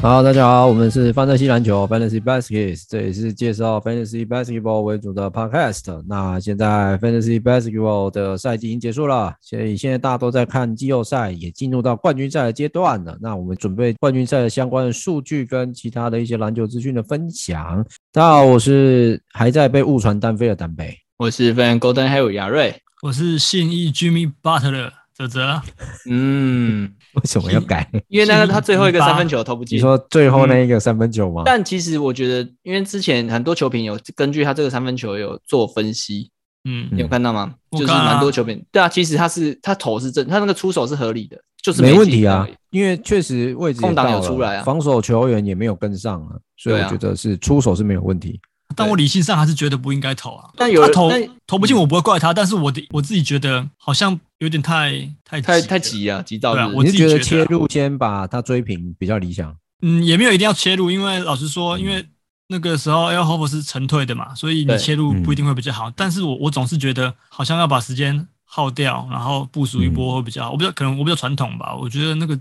好，大家好，我们是 Fantasy 篮球 Fantasy Baskets，这里是介绍 Fantasy Basketball 为主的 Podcast。那现在 Fantasy Basketball 的赛季已经结束了，所以现在大家都在看季后赛，也进入到冠军赛的阶段了。那我们准备冠军赛的相关的数据跟其他的一些篮球资讯的分享。大家好，我是还在被误传单飞的单飞。我是分 Golden Hill 亚瑞。我是信义 Jimmy Butler 泽泽，嗯，为什么要改？ 因为那个他最后一个三分球投不你进。说最后那一个三分球吗？但其实我觉得，因为之前很多球评有根据他这个三分球有做分析，嗯你有看到吗？我就是看啊蛮多球评，对啊，其实他是他投是正，他那个出手是合理的，就是没进问题啊而已，因为确实位置也空档有到出了来啊防守球员也没有跟上啊，所以对我啊觉得是出手是没有问题。但我理性上还是觉得不应该投啊。但有他人投但投不进，我不会怪他，但是我的我自己觉得好像有点太太太了太，急了，急到对啊日我你自己是觉得觉得切啊入先把他追平比较理想？嗯，也没有一定要切入，因为老实说，因为那个时候 L Hoff 是沉退的嘛，所以你嗯对嗯切入不一定会比较好。但是我我总是觉得好像要把时间耗掉，然后部署一嗯波会比较好。我比较可能我比较传统吧，我觉得那个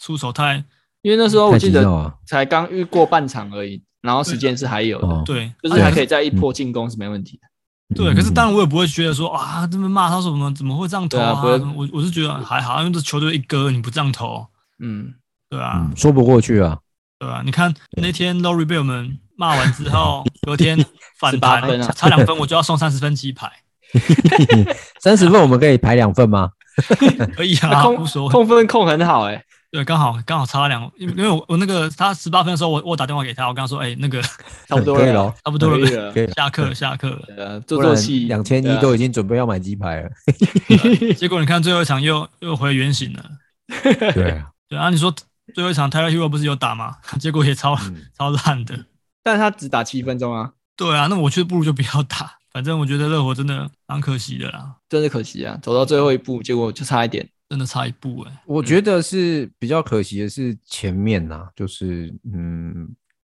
出手太因为那时候哦我太记急躁得啊！才刚遇过半场而已，然后时间是还有的哦，对，就是还可以再一波进攻是没问题的。对，可是嗯当然我也不会觉得说啊，这么骂他什么，怎么会这样投对啊不会我我是觉得还好，因为这球队一哥你不这样投，嗯，对啊，嗯说不过去啊，对啊。你看那天 Lori 被我们骂完之后，隔天反18弹分啊差两分我就要送三十分鸡排，三十份我们可以排两份吗？可以那 啊，控无所谓。控分控很好 哎，对，刚好刚好差两，因为因为我我那个他十八分的时候，我我打电话给他，我跟他说，哎、那个差差不多可以了咯，不多可以了，了可以了， 下课下课了。呃，做做戏啊两千啊一都已经准备要买鸡排了。结果你看最后一场又又回原形了。对啊，对啊，你说最后一场 Tyler Hero 不是有打吗？ 结果也超、嗯超烂的。但是他只打七分钟啊，对啊，那我却不如就不要打，反正我觉得热火真的蛮可惜的啦，真是可惜啊，走到最后一步，结果就差一点。真的差一步哎、我觉得是比较可惜的是前面呐、就是嗯，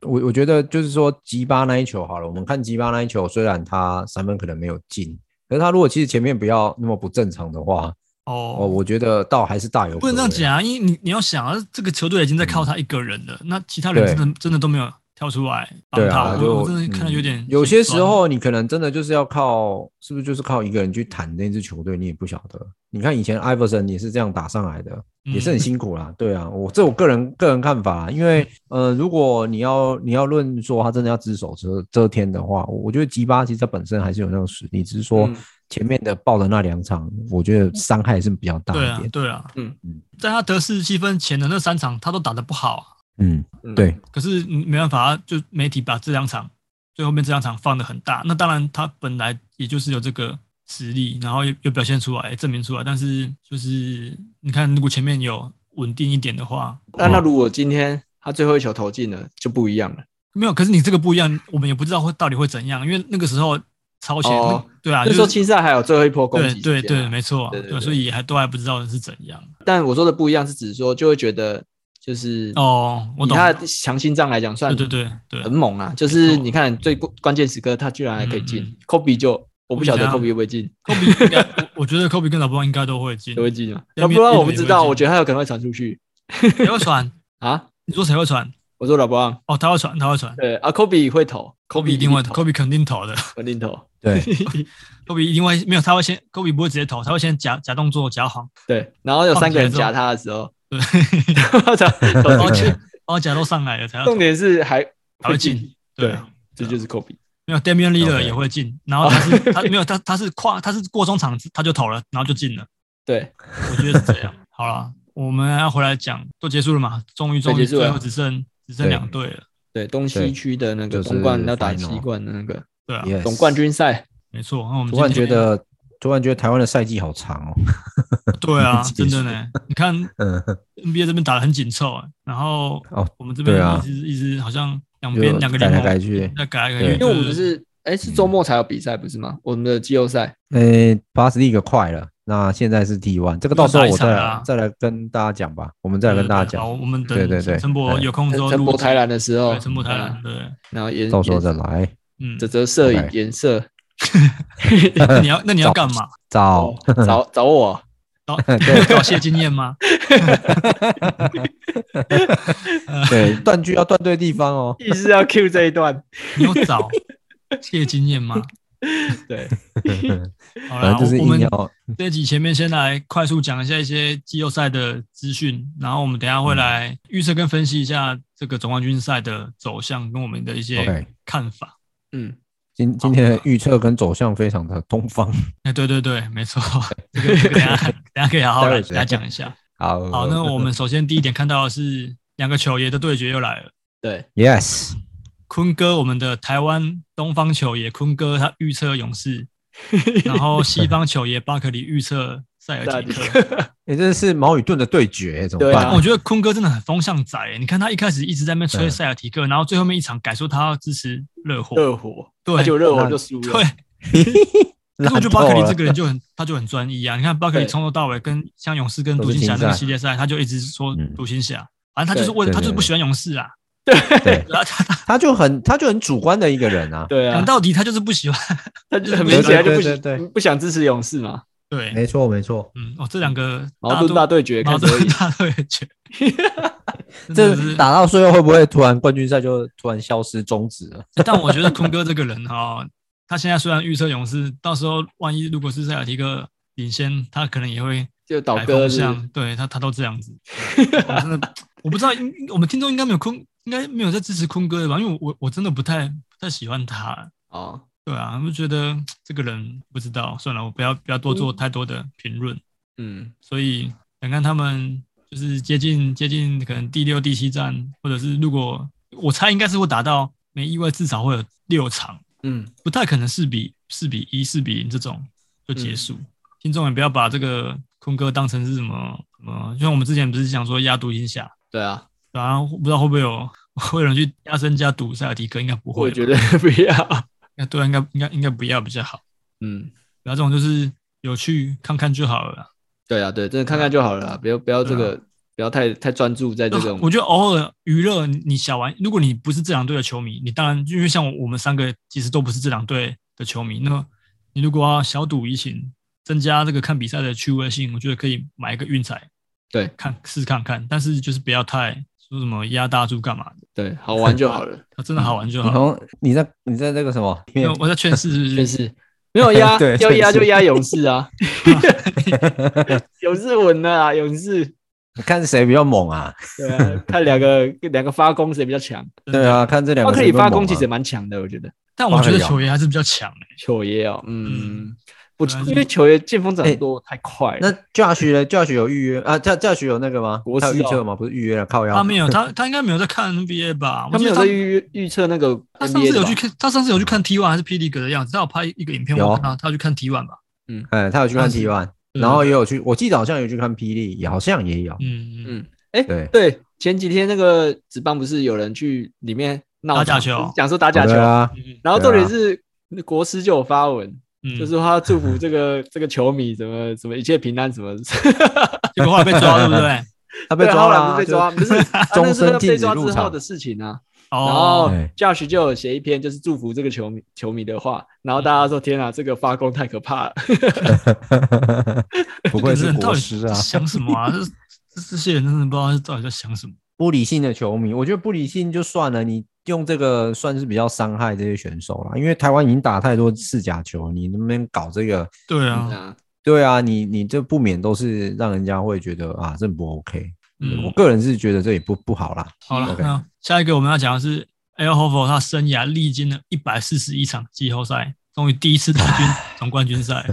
我我觉得就是说吉巴那一球好了，我们看吉巴那一球，虽然他三分可能没有进，可是他如果其实前面不要那么不正常的话，哦，哦，我觉得倒还是大有可嗯不能为这样讲啊，因为你你要想啊，这个球队已经在靠他一个人了，那其他人真的真的都没有跳出来帮对他，啊，就我我真的看得有点、嗯有些时。候你可能真的就是要靠，是不是就是靠一个人去谈那支球队，你也不晓得。你看以前艾弗森也是这样打上来的，嗯也是很辛苦啦。对啊，我这我个人个人看法啦，因为嗯呃，如果你要你要论说他真的要只手遮遮天的话，我我觉得吉巴其实他本身还是有那种实力，只是说嗯前面的爆的那两场，我觉得伤害是比较大对一啊点，。对啊，嗯嗯在他得四十七分前的那三场，他都打得不好啊、嗯，嗯对，可是你没办法，啊就媒体把这两场最后面这两场放得很大。那当然，他本来也就是有这个实力，然后又又表现出来，证明出来。但是就是你看，如果前面有稳定一点的话，但哦那如果今天他最后一球投进了，就不一样了。没有。可是你这个不一样，我们也不知道会到底会怎样，因为那个时候超前，哦那对啊，那时候就是青赛还有最后一波攻对击时间对啊，对，没错，对对对所以还都还不知道是怎样。但我说的不一样是指说，就会觉得就是哦，我以懂，他的强心脏来讲，算对对对对，很猛啊。就没是错你看最关关键时刻，他居然还可以嗯嗯进。科比就我不晓得怎样科比会不会进，科比 应该，我我觉得科比跟老布朗应该都会进都，会进啊。对要不然我没不有知道，没有我觉得他有可能会传出去谁会传？啊。你说谁会传？我说老布朗，哦，他会传，他会传，对啊，科比会投，科科比一定会，科比肯定投的， 肯定投。对，科比一定会没有，他会先，科比不会直接投，他会先假假动作假晃，对，然后有三个人放起来夹他的时候，对，他 然投后假进去。然后假都上来了才要投重点是还才会进，，对啊对。这就是科比。没有，Damian l e a d e r OK 也会进，然后他是他没有他他是跨他是过中场他就投了，然后就进了，对， 我觉得是这样。好啦，我们要回来讲，都结束了嘛？终于终于结束了最后只剩只剩对两队了，对，东对西区的那就个是东冠要打 final 西冠的那个对啊， Yes 总冠军赛，没错。那我们突然今觉天得，突然觉得台湾的赛季好长哦。对啊， 结真束的呢。你看嗯， NBA 这边打得很紧凑、欸，然后哦我们这边对啊一直、一直好像两就边两个改联来盟改去再改来改去，对对因为我们不是嗯哎是周末才有比赛不是吗？我们的季后赛诶，巴斯蒂个快了，那现在是 T one，这个到时候我又打再一场来、啊嗯再来跟大家讲吧，我们再来跟大好家讲，啊我们等对对对陈博哎有空之后陈录博台南的时候对，陈博台对南啊，对，然后颜到时候再来。嗯泽，泽摄影 OK 颜色 那你要那你要干嘛？找哦找 找我，找对找谢金燕吗？ 对断句要断对地方 哦。意思要 Q 这一段，你有找谢金燕吗？对，好反啦，正就是我硬们要这一集前面先来快速讲一下一些季后赛的资讯，然后我们等一下会来预测跟分析一下这个总冠军赛的走向跟我们的一些 OK 看法。嗯，今今天的预测跟走向非常的东方。哎、对对对，没 错，这个这个等 一下等一下可以好好来待会儿大家讲一嗯下。好，好，那我们首先第一点看到的是两个球爷的对决又来了。对， yes 坤哥，我们的台湾东方球爷坤哥，他预测勇 士，然后西方球爷巴克里预测塞尔吉克。哎、这是毛与盾的对决，怎么对办？啊哦我觉得坤哥真的很风向仔欸耶，你看他一开始一直在那边吹对塞尔提克，然后最后面一场改说他要支持热火，热火，对他就热火就输了，对。 可是我觉得巴烂透克利了这个人就很，他就很专一啊。你看巴克利对从头到尾跟像勇士跟都独是行侠竞那个赛系列赛，他就一直说嗯独行侠，反正他就是对为了对他就是对不喜欢勇士啊， 对，然后他他他就很他就很主观的一个人啊。对啊讲，到底他就是不喜欢。 他就很明显他就对不对对对想不想支持勇士嘛，对，没错没错，嗯，哦，这两个矛盾大对决，矛看谁盾赢，大对决， 真的这是打到最后会不会突然冠军赛就突然消失终止了？ 但我觉得坤哥这个人哈、他现在虽然预测勇士，到时候万一如果是塞尔提克领先，他可能也会就倒改戈风是不是向。对他，他都这样子。我真 的，我不知道，应我们听众应该没有坤，应该没有在支持坤哥的吧？因为我我我真的不太不太喜欢他。哦，对啊，我就觉得这个人不知道，算了，我不要不要多做太多的评论。嗯，所以想看他们就是接近接近可能第六、第七站，或者是如果我猜应该是会打到没意外，至少会有六场，嗯，不太可能四比四比一、四比零这种就结束。嗯听众也不要把这个坤哥当成是什么什么，就像我们之前不是想说压独行侠，对啊，然后不知道会不会有会有人去压身加赌塞尔提克，应该不我会吧，觉得 不要，那对啊，应该应该应该不要比较好。啊嗯，然后这种就是有趣看看就好了啦。对啊，对，真的看看就好了啦，不要不要这对啊个，不要太太专注在这种，我觉得偶尔娱乐你小玩，如果你不是这两队的球迷，你当然因为像我我们三个其实都不是这两队的球迷，那么你如果要小赌怡情，增加这个看比赛的趣味性，我觉得可以买一个运彩对看试看看，但是就是不要太说什么压大注干嘛的，对，好玩就 好了，它真的好玩就你好。从你在你在那个什么？因为我在劝世是不是？真是没有 压对，要压真是就压勇士 啊，勇士稳了啊，勇士，你看谁比较猛啊？对啊，看两个两个发功谁比较强，对啊，看这两巴个克谁里比较猛啊。发功其实也蛮强的，我觉得但我觉得巴克利啊球员还是比较强、欸，球爷哦，嗯，不对啊，因为球爷见风哎转舵太快那了， Josh 呢？Josh 有预约啊？Josh Josh 有那个吗？国师他哦有预测吗？不是预约了，靠腰。他没有他他应该没有在看 NBA 吧？我他没记有得在预预测那个他上次 NBA 的有吧去看，他上次有去看 T one 还是 P League 的样子，他有拍一个影片，有我看到他有去看 T one 吧。哎，他有去看 T one，对然后也有去，我记得好像有去看霹雳，也好像也有。嗯嗯，嗯嗯，哎、对对，前几天那个职棒不是有人去里面闹打假场球就是讲说打假球，对啊，然后对啊重点是、国师就有发文，嗯就说他祝福这个 这个球迷怎么怎么一切平安什么，结果后来被抓，对不 对？他 被对，抓后了来啊，不是被抓，就 不是、啊、那终是身他被禁止抓入之后场的。事情啊。然后哦，哎 Josh 就有写一篇就是祝福这个球迷球迷的话，然后大嗯家说天啊，这个发功太可怕了， 不这愧个是人到国底师啊，想什 么啊？这这这些人真的不知道到底在想什么。不理性的球迷，我觉得不理性就算了，你用这个算是比较伤害这些选手啦，因为台湾已经打太多次假球，你那边搞这个，对 对啊，啊，对啊，你你这不免都是让人家会觉得啊，这不 OK。我嗯，个人是觉得这也不不好啦。好了，哦 OK 那下一个我们要讲的是 L Hofer 他生涯历经了一百四十一场季后赛，终于第一次打进总冠军赛。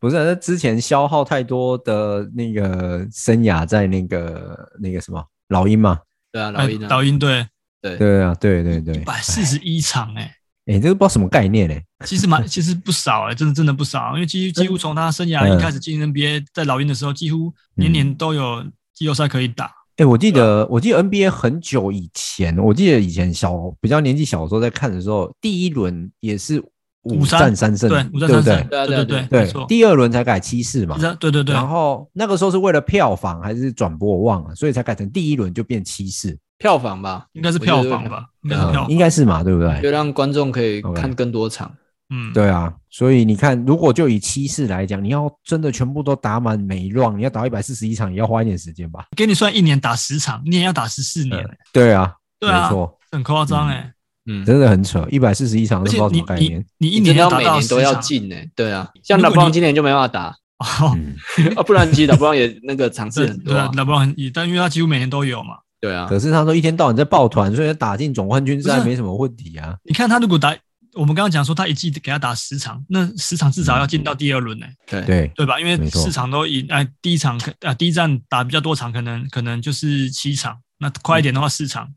不是，啊那之前消耗太多的那个生涯在那个那个什么老鹰嘛，对啊，老鹰哎 啊，老鹰队对啊，对对对，百四十一场哎、哎，这个不知道什么概念嘞、其实 蛮，其实不少哎、真的真的不少，因为几乎几乎从他生嗯涯一开始进 NBA，在老鹰的时候，几乎年年都有季后赛可以打。哎，我记啊得，我记得 NBA 很久以前，我记得以前小比较年纪小的时候在看的时候，第一轮也是五五三战三胜，对，五战三对不胜，对？对啊对对啊没对，错，第二轮才改七四嘛五。战对对对，然后那个时候是为了票房还是转播，我忘了，所以才改成第一轮就变七四，票房吧，应该是票房吧，应该是票嗯房应，该是嘛，对不对？就让观众可以 OK 看更多场。嗯，对啊，所以你看，如果就以七四来讲，你要真的全部都打满每一 round，你要打一百四十一场，也要花一点时间吧？给你算一年打十场，你也要打十四年、欸，对啊，对啊没错，很夸张哎。嗯，真的很扯，一百四十一场而都不知且道什你么概念你。你一你年真的要打每到年都十要场，进呢、对啊，像如老果布朗你今年就没办 法打， 哦，嗯，啊，不然其实老布朗也那个场次对很多、对啊啊，，老布朗很以，但因为他几乎每年都有嘛。对啊，可是他说一天到晚在抱团，所以打进总冠军不赛是没什么问题啊。你看他如果打，我们刚刚讲说他一季给他打十场，那十场至少要进到第二轮呢、欸对对，对吧？因为嗯没错市场都赢，哎，第一场可啊、第一站打比较多场，可能可能就是七场，那快一点的话四场，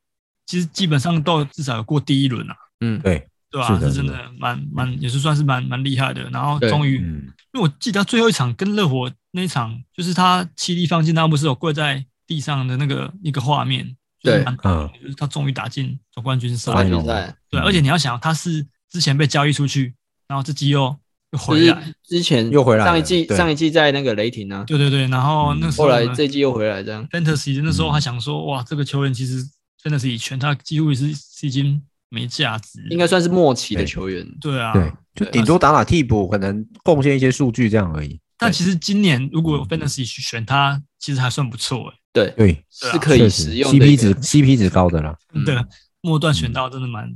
其实基本上都至少有过第一轮啊，嗯，对，对吧、是的这真是的蛮蛮也是算是蛮蛮厉害的。然后对终于，因嗯，为我记得他最后一场跟热火那一场，就是他气力放尽，他不是有跪在地上的那个一个画面，就是对蛮嗯就是他终于打进总冠军赛，总冠完军了赛对，而且你要想他是之前被交易出去，然后自己又又就回是来，之前又回来了上一季对上一季在那个雷霆啊，对对啊对，然后那时候后来呢这一嗯季又回来这样， fantasy 那时候还想说，哇，这个球员其实 fantasy 圈他几乎是是已经没价值了，应该算是末期的对球员，对啊。对，就顶多打打替补，可能贡献一些数据这样而已。但其实今年如果 fantasy 选他，其实还算不错诶、对，对，对啊是可以确使实用的一 CP 个值 CP 值高的啦。嗯对，末段选到真的蛮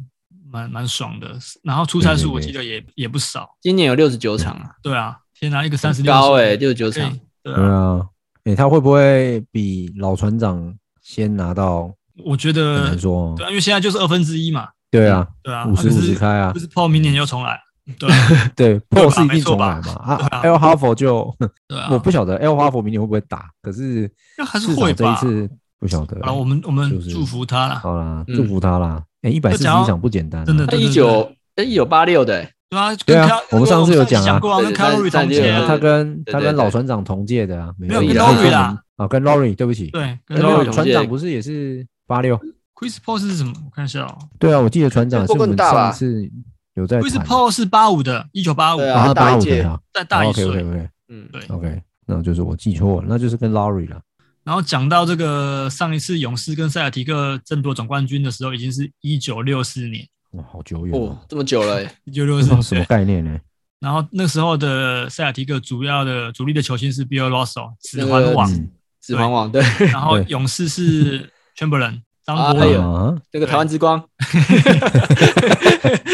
蛮蛮爽的。然后出赛数我对对记得也也不少，今年有六十九场啊，对啊，天哪，一个三十很六高哎、欸，六十九场，对对啊，啊，诶，他会不会比老船长先拿到？我觉嗯很得难说哦。对啊，因为现在就是二分之一嘛，对啊，对啊，五十啊五可十是开啊不，是 Paul 明年又重来，对 啊对对吧，Pose 一没定错重吧来嘛。啊对啊，L Harford 就对啊，我不晓得 L Harford 明年会不会打，可是那还是至少会这一吧。次不晓得。好了，我们我们就是祝福他啦。好啦，嗯祝福他啦。哎，一百四十一讲到场不简单啊，真的他对一对对九哎一九八六的、欸，对啊，对啊跟卡我们上次有讲啊讲过啊，跟对 c a r r y 战同略届啊啊，他跟对他对跟对老船长同届的啊，没没有跟也可以 Lowry 跟啦我们啊，跟 Lowry 对不起，对，跟跟 Lowry Lowry 同船届长不是也是八六？ Chris Paul 是什么？我看一下哦对啊，我记得船长是不我过们更大上吧次有在，Chris 谈， Paul 是八五的，一九八五，对啊，啊他大一八五届的啊，再大一 OK 岁 OK。OK 嗯，对， OK，那就是我记错了，那就是跟 Lowry 了。然后讲到这个上一次勇士跟塞尔提克争夺总冠军的时候，已经是一九六四年，哇，好久远哦哦，，这么久了、欸，一九六不知道四什么年。概念呢？然后那时候的塞尔提克主要的主力的球星是 Bill Russell 指那环个王，嗯指环王对，然后对勇士是 Chamberlain 张哎国呦荣啊，那个台湾之光，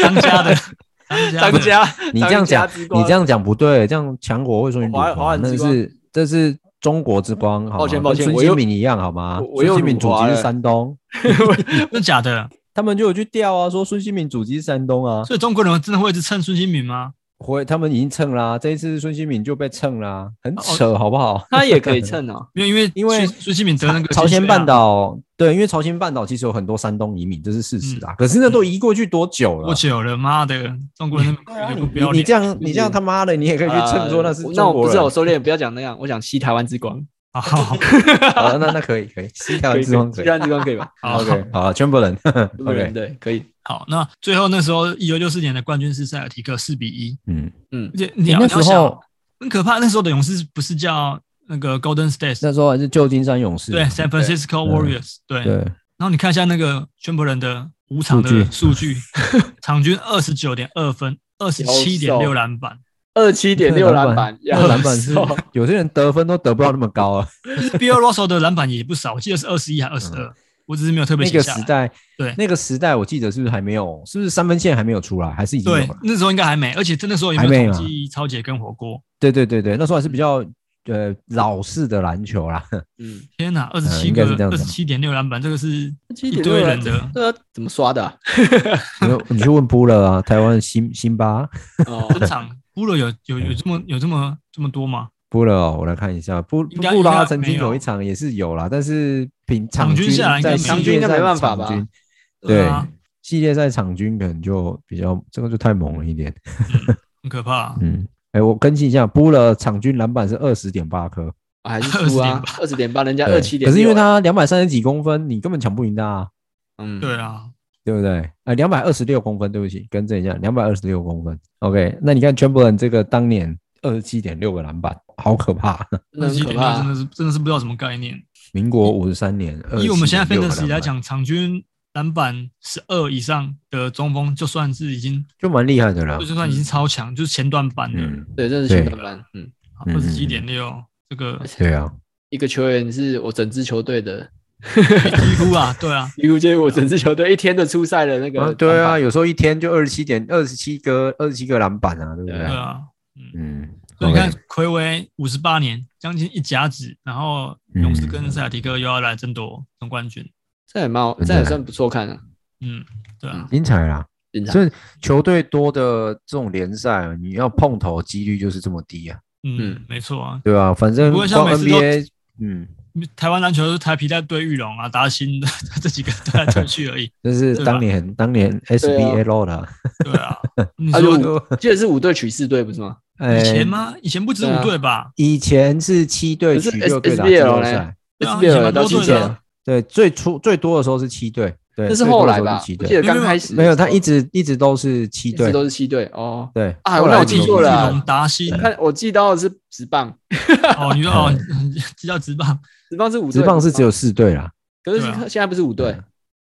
张家的张家张的家， 你这样讲，你这样样讲不对，这样强国会说你辱华华华，人之那光是这是中国之光，好吗抱歉抱歉跟我孙又兴民一样好吗我？我孙又兴民祖辱华籍是了山东，真的假的？他们就有去调啊，说孙兴民祖籍是山东啊，所以中国人真的会一直蹭孙兴民吗？回他们已经蹭啦，这一次孙兴民就被蹭啦，很扯好不好？他也可以蹭哦，没有，因为因为孙孙兴敏得那个朝金鲜靴啊半岛对，因为朝鲜半岛其实有很多山东移民，这是事实啊。可是那都移过去多久了多？久了？妈的，中国人那么有点不你要啊你脸这样你这样他妈的，你也可以去蹭说那是啊中那我国不是我人。收敛，不要讲那样，我想吸台湾之光，啊！好好好那那可以可以，西 台湾之光可吸以台。湾之光可以吧？好 OK，好，全部人对 OK，对，可以，好，那最后那时候一九六四年的冠军是塞尔提克四比一，嗯，嗯而，且你要那你要时候想啊很可怕，那时候的勇士不是叫那个 Golden State，那时候还是旧金山勇士嘛，对 San Francisco Warriors，对。对，然后你看一下那个全部人的五场的数据， 场均二十九点二分，二十七点六篮板，二七点六篮板，那篮板是要瘦有些人得分都得不到那么高啊。就是 Bill Russell 的篮板也不少，我记得是二十一还二十二，我只是没有特别嗯那写个下时来。代，对那个时代，我记得是不是还没有？是不是三分线还没有出来？还是已经有对了，？那时候应该还没，而且那时候也没还没有嘛统计超姐跟火锅。对对对对，那时候还是比较呃老式的篮球啦。嗯，天哪，二十七应该个是这样二子十啊七点六篮板，这个是一7.6堆人篮板的，这怎么刷的啊？你就你去问扑了啊，台湾辛辛巴， 哦，整场布勒有有有嗯这么有这么这么多吗？布勒哦，我来看一下，布应该布应拉该曾经没有有一场也是有啦，但是平场场均下来应该在没有系列场均应该赛没办法吧场均对对啊，系列赛场均可能就比较这个就太猛了一点。很可怕。嗯，哎，我更新一下，布勒场均篮板是二十点八颗，啊还是输啊，二十点八，人家二七对点，啊可是因为啊他两百三十几公分，你根本抢不赢他、啊，嗯对啊，对不对？呃，两百二十六公分，对不起，更正一下，两百二十六公分。OK，那你看 t r a m b l e n 这个当年二十七点六个篮板，好可怕！ 那很几可点六真怕啊的，是真的是不知道什么概念。民国五十三年，以我们现在 fantasy 27.6来，讲，场均篮板十二以上的中锋，就算是已经就蛮厉害的啦就。算已经超强，就是前段班的啊嗯，对，真的是对全短板，嗯，嗯二十七点六，这个对啊，一个球员是我整支球队的， 几乎啊，对 啊，几乎就是我整支球队一天的出赛的那个啊短板，对啊，有时候一天就二十七点二十七个二十七个篮板啊，对不对对？啊。嗯，所以你 OK 看，暌违五十八年，将近一甲子，然后勇士嗯跟塞尔提克又要来争夺总冠军。这也蛮好，这也算不错看啊，嗯，对啊，精彩啦！经常所以球队多的这种联赛，你要碰头几率就是这么低啊，嗯嗯，没错啊。对吧、反正不会像光每次都 NBA，嗯，台湾篮球是台皮带对玉龙啊、达兴的这几个对来对去 而已。就是对吧当年当年啊 SBL 的， 对啊，你啊就说五， 记得是五队取四队不是吗？以呃前？吗？以前不止对啊五队吧？以前是七队可是取 S- 六队打季 SBL 后嘞赛，对啊 SBL 以前蛮多到队的季前啊。对，最初最多的时候是七队，对，那是最多后的来时候是吧？七我记队得刚开始没有，他一直一直都是七一直队，都是七队哦。对啊后那来我就记错了啊玉龙达 兴看我记到的是直棒，哦，你说哦，这叫直棒。直棒是五队，职棒是只有，四队啦，可是对啊现在不是五队，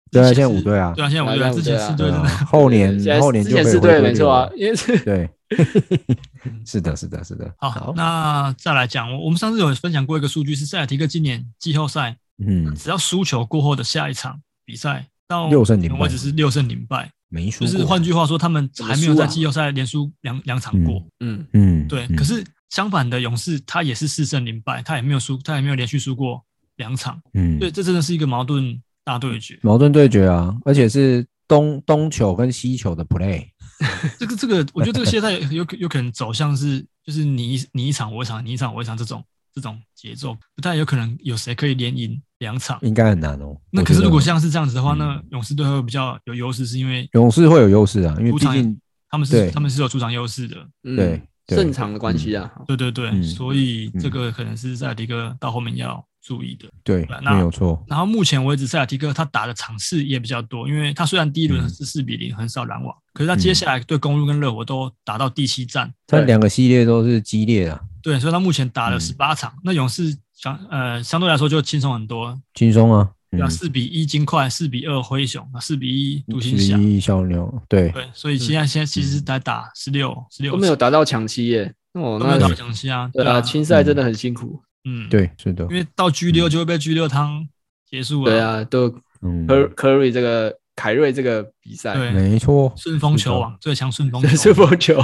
对啊，以前现在是五队啊，对啊，现在五队啊，对啊之前现在四五队对真啊的，后年对 现在后年之就前被四回队归没错啊六，因为是队，对， 是的，是的，是的，好，那再来讲，我我们上次有分享过一个数据，是塞尔提克今年季后赛嗯，只要输球过后的下一场比赛，到六胜零败我只是六胜零败，没输就过，啊是换句话说，他们还没有怎么输在啊季后赛连输两两场过。嗯，嗯，对，嗯可是相反的，勇士他也是四胜零败，他也没有输，他也没有连续输过两场。嗯，对，这真的是一个矛盾大对决。矛盾对决啊，而且是东东球跟西球的 play，嗯这个这个，我觉得这个现在有可有可能走向是，就是你一你一场我一场，你一场我一场这种这种节奏，不太有可能有谁可以连赢两场。应该很难哦。那我可觉是得如果像是这样子的话，嗯那勇士队会比较有优势，是因为勇士会有优势啊，因为主毕场竟他们是对他们是有主场优势的。嗯对对正常的关系啊。对对对，嗯所以嗯这个可能是塞尔提克到后面要注意的。对啊那没有错，然后目前为止，塞尔提克他打的场次也比较多，因为他虽然第一轮嗯是四比零，很少拦网，可是他接下来对公路跟热火都打到第七战，他对两个系列都是激烈啊，对，所以他目前打了嗯十八场。那勇士相呃相对来说就轻松很多，轻松啊，对啊，嗯，四比一金块，四比二灰熊，啊四比一独行侠十，一嗯小牛，对，对，所以现在现在其实才打十六十六都没有达到强七耶。哦，都没有那到抢七啊，对啊，青赛真的很辛苦。嗯，，对，是的因，为到 G 六就会被 G 六汤结束了，对，啊，都嗯， Cur- Curry 这个凯瑞这个比赛，对没错，顺风球网最强顺风这球， 是否球？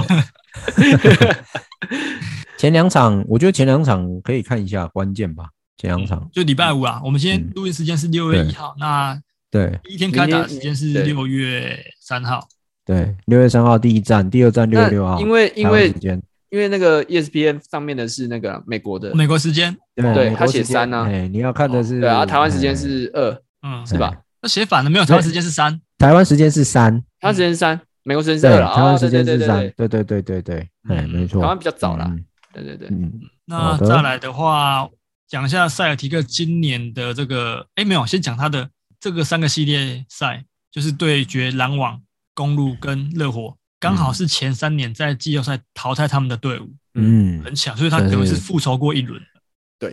前两场我觉得前两场可以看一下关键吧，前两场，就礼拜五啊，我们今天嗯录音时间是六月对一号，那对第一天开打的时间明是天对六月三号，对，六月三号第一站，第二站六月那六号，因为因台湾为时间因为那个 E ESPN 上面的是那个美国的，美国时间，美对他国写时间三啊哎，你要看的是对啊，台湾时间哎是二，嗯，是吧？那写反了没有？台湾时间是三，台湾时间是三，台湾时间是三，美国时间是对，二了，台湾哦时间对是对对三对，对对对对对，哎，嗯没错，台湾比较早啦，嗯对对对，嗯，那好的再来的话，讲一下塞尔提克今年的这个，哎，没有，先讲他的这个三个系列赛，就是对决篮网、公路跟热火，刚好是前三年在季后赛淘汰他们的队伍，嗯，很强，所以他等于是对复仇过一轮。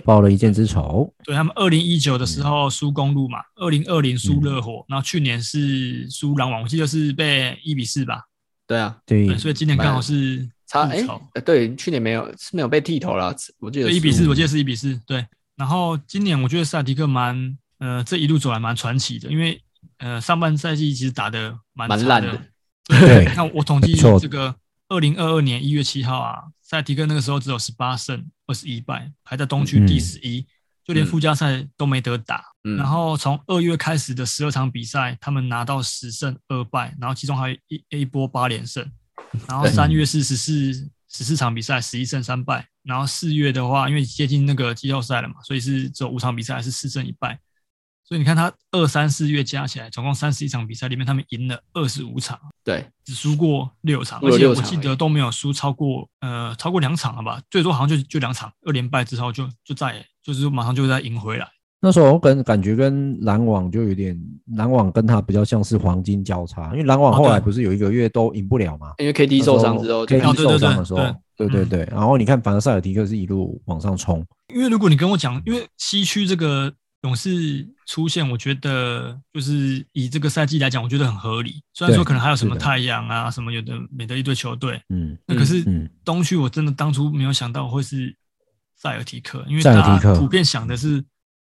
报了一箭之仇，对他们二零一九的嗯时候输公路嘛，二零二零输热火，然后去年是输篮网，我记得是被一比四吧。对啊，对对，，哎所以今年刚好是差复哎仇，呃对，去年没有是没有被剃头了，我记得对，一比四， 15我记得是一比四。对，然后今年我觉得萨迪克蛮，呃，这一路走来蛮传奇的，因为呃，上半赛季其实打得蛮蛮差烂的的。对那我统计没错这个二零二二年一月七号啊，赛迪克那个时候只有十八胜二十一败，排在东区第嗯十一、就连嗯附加赛都没得打。嗯然后从二月开始的十二场比赛，他们拿到十胜二败，然后其中还有一一波八连胜。然后对三月是十四十四场比赛十一胜三败，然后四月的话，因为接近那个季后赛了嘛，所以是只有五场比赛是四胜一败，所以你看他二三四月加起来总共三十一场比赛里面，他们赢了二十五场，对，只输过六场，输了而且六我场记而已得都没有输超过呃超过两场了吧，最多好像就就两场，二连败之后就就再也就是马上就再赢回来。那时候我跟感觉跟篮网就有点，篮网跟他比较像是黄金交叉，因为篮网哦后来对不是有一个月都赢不了嘛，因为 KD 啊受伤之后就，K 时候 D 哦对对受伤的时候对，嗯对对对，然后你看反而塞尔提克是一路往上冲，因为如果你跟我讲，因为西区这个勇士出现，我觉得就是以这个赛季来讲，我觉得很合理。虽然说对可能还有什么是的太阳啊，什么有的没的一堆球队，嗯那可是嗯，东区我真的当初没有想到会是塞尔提克，因为塞尔大提克家普遍想的是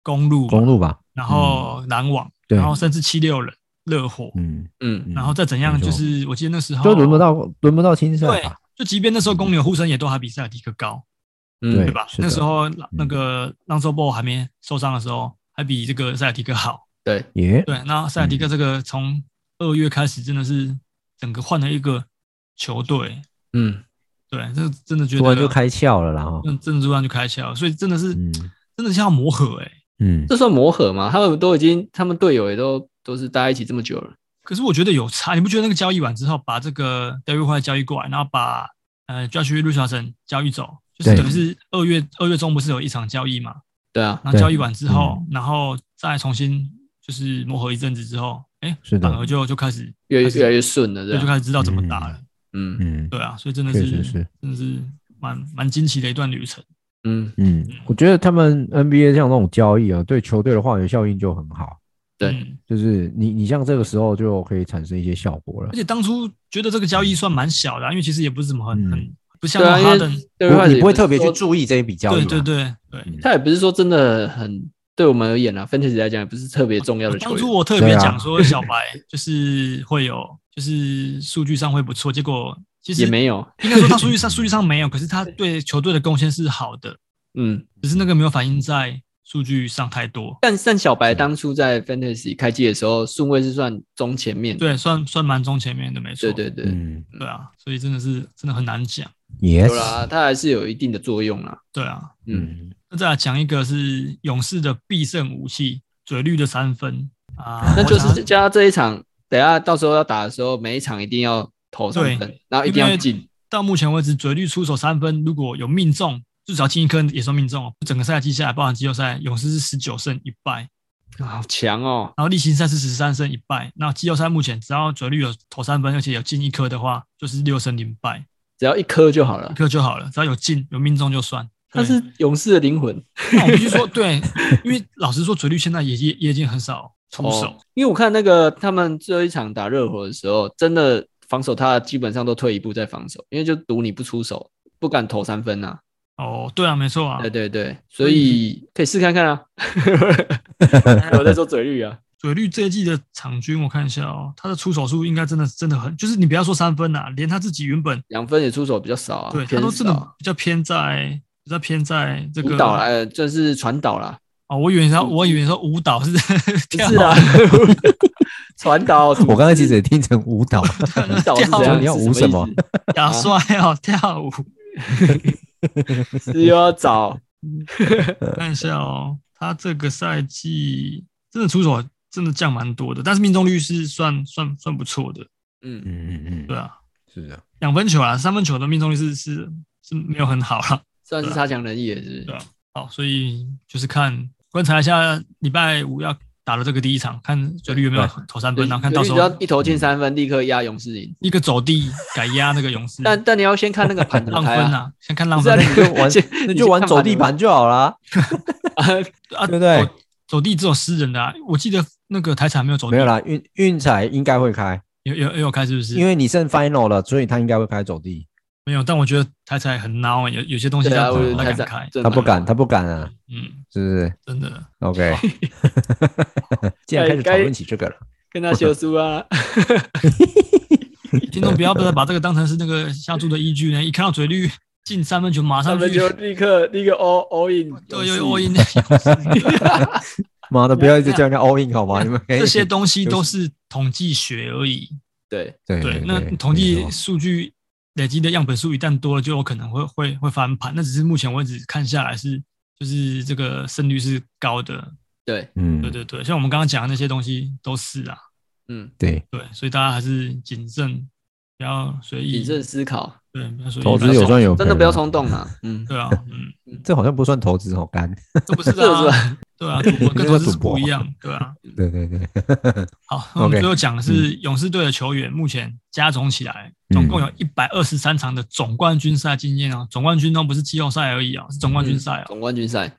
公路嘛，公路吧，然后篮网，对然后甚至七六人、热火，嗯，嗯，嗯然后再怎样，没就错是我记得那时候就轮不，到轮不到青赛对吧，，就即便那时候公牛、护身也都还比塞尔提克高，嗯对对吧？是的嗯那时候那个让周波还没受伤的时候，还比这个塞尔提克好。对，耶，对，那塞尔嗯提克这个从二月开始真的是整个换了一个球队，嗯，对，这真的觉突得然就，开窍了啦，哈，嗯，真的突然就开窍了，所以真的是、嗯真的像要磨合哎、嗯，这算磨合吗？他们都已经，他们队友也都都是待在一起这么久了，可是我觉得有差，你不觉得那个交易完之后，把这个 d a v i 交易过来，然后把呃 Josh Richardson 交易走，就是对等于是二月二月中不是有一场交易嘛？对啊，然后对嗯交易完之后，然后再重新就是磨合一阵子之后，哎，是的反而就就开始越开始越来越顺了，这对，就样，开始知道怎么打了。嗯嗯对啊，所以真的确是实是真的是蛮蛮惊奇的一段旅程。嗯，嗯，我觉得他们 NBA 像这种交易啊，对球队的化学效应就很好，对嗯就是你你像这个时候就可以产生一些效果了而。且当初觉得这个交易算蛮小的啊、因为其实也不是怎么很嗯很不像对啊，因哈为登， Derrick White 你不会也是特别去说注意这一笔交易对嘛，对对对。嗯他也不是说真的很对我们而言啊，Fantasy 来讲也不是特别重要的球当员初。我特别对啊讲说小白啊就是会有，就是数据上会不错，结果其实也没有，应该说他数据上数据上没有，可是他对球队的贡献是好的，嗯，只是那个没有反映在数据上太多。但但小白当初在 Fantasy 开机的时候，顺位是算中前面的，对，算算蛮中前面的，没错。对对对，嗯对啊，所以真的是真的很难讲。有，yes，啦，它还是有一定的作用啦，对啊，嗯，嗯，那再来讲一个是勇士的必胜武器——嘴绿的三分啊，那我就想是加这一场，等一下到时候要打的时候，每一场一定要投三分，然啊后一定因要为进，到目前为止，嘴绿出手三分如果有命中，至少进一颗也算命中哦。整个赛季下来，包含季后赛，勇士是十九胜一败，好强哦，然后例行赛是十三胜一败。那季后赛目前只要嘴绿有投三分，而且有进一颗的话，就是六胜零败，只要一颗就好了一，颗就好了，只要有进有命中就算。他是勇士的灵魂对那我必须 说，对，因为老实说，嘴绿现在也也也已经很少出手。哦，因为我看那个他们最后一场打热火的时候，真的防守他基本上都退一步再防守，因为就赌你不出手，不敢投三分呐、啊。哦，对啊，没错啊对，对对，所所以以可以试看看 啊。我在说嘴绿啊，嘴绿这一季的场均，我看一下哦，他的出手数应该真的真的很，就是你不要说三分啦、连他自己原本两分也出手比较少啊，对他偏都真的少。比较偏在比较偏在这舞个蹈啦，呃，就是传导啦，哦，我以为他我以为说舞蹈是不 跳是啊， 传导。 嗯我刚才其实也听成舞 蹈，嗯舞蹈是跳舞怎样？你要是舞什么么意思？打帅哦跳舞，是又要找看一下哦，他这个赛季真的出手真的降蛮多的，但是命中率是算算算不错的，嗯，嗯嗯对嗯，啊，是的，两分球啊，三分球的命中率是是是没有很好啦。算是差强人意了，是对不是啊？好，所以就是看观察一下礼拜五要打的这个第一场，看嘴绿有没有投三分，然啊后看到时只要候一投进三分，立刻压勇士赢。一个走地改压那个勇士，但但你要先看那个 盘怎么浪开分啊，啊，先看嗯浪不是啊分你 那你就玩先，那就 玩走地盘盘就好啦。啊，对不对走？走地只有私人的啊，我记得那个台产没有走地，没有啦，运运彩应该会开，有有有开是不是？因为你剩 final 了，所以他应该会开走地。没有，但我觉得台产很孬、欸，有有些东西对他啊，我觉得不太太敢惨开，真他的不敢，他不敢啊，嗯，是不是真的。 ？OK，既然开始讨论起这个了，哎跟他修书啊。听众不要不要把这个当成是那个下注的依据呢，一看到嘴绿进三分球，马他上们就就立刻立刻 all all in，哦对勇士有赢有赢， 有妈的，不要一直叫哎人家 all in 好吗？你们可以这些东西都是统计学而已。对，对对，对，那对统没计错数据累积的样本数一旦多了，就有可能会会会翻盘。那只是目前为止看下来是，就是这个胜率是高的。对，嗯，对对对，像我们刚刚讲的那些东西都是啊，嗯，对，对，所以大家还是谨慎，不要随意，谨慎思考，对，不要随意投资乱有动赚有赔，真的不要冲动啊。嗯，对啊，嗯，这好像不算投资哦，干，这 不是这是的、啊，吧？对啊， 赌博跟这投叫资是赌博不一样，对啊。对对对，好，那我们 OK，嗯最后讲的是勇士队的球员，目前加总起来总共有一百二十三场的总冠军赛经验哦，总冠军都不是季后赛而已哦，是总冠军赛嗯哦。总冠军赛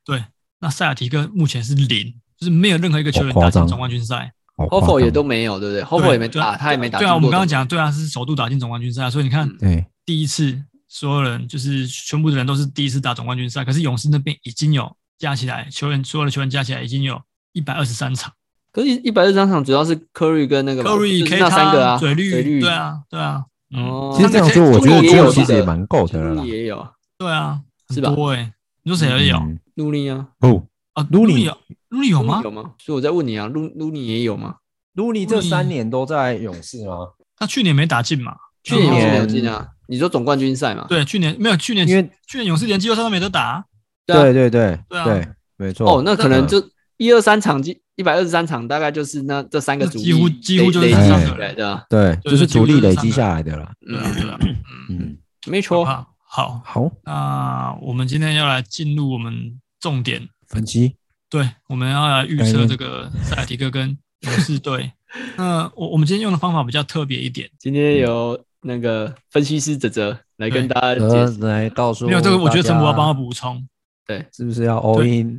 那塞尔提克目前是零，就是没有任何一个球员好夸打进张总冠军赛。好 h o 夸 f o 也张都没有，对不对 h o f o 也没打，他也没打进对过。啊，我们刚刚讲，对啊，是首度打进总冠军赛，所以你看嗯对，第一次所有人就是全部的人都是第一次打总冠军赛，可是勇士那边已经有加起来球员所有的球员加起来已经有一百二十三场。可是一百二十三场主要是 Curry 跟那个嘛 Curry、就是 K 那三个啊，嘴绿，嘴绿对，啊，对啊。嗯哦其实这样做说，我觉得也这有样吧其实也蛮够的了啦努力，也有，对啊，很是吧多哎、你说谁也有嗯努力啊，不，啊？卢尼有，卢尼有吗有？吗？所以我在问你啊，卢卢尼也有吗？卢尼这这三三年都在勇士吗？他去年没打进嘛？去年然后也也是没有嗯进啊。你说总冠军赛嘛？对，去年没有，去年因为去年勇士连季后赛都没得打，对啊对对对对啊对，没错。哦，那可能嗯就一二三场进一百二十三场，大概就是那这三个主力几乎几乎就是累这积三个起来的啊，对，对就对是主就力是累三积个下来的啦。对啊，对啊，嗯，嗯，没错。好，好，好，那我们今天要来进入我们重点，分析对，我们要来预概测念这个塞尔提克跟勇士 队。那我我们今天用的方法比较特别一点，今天由那个分析师哲哲来跟大家解呃释，来告诉没有这个，我觉得大陈博要家帮我补充， 是不是要 all 对 in？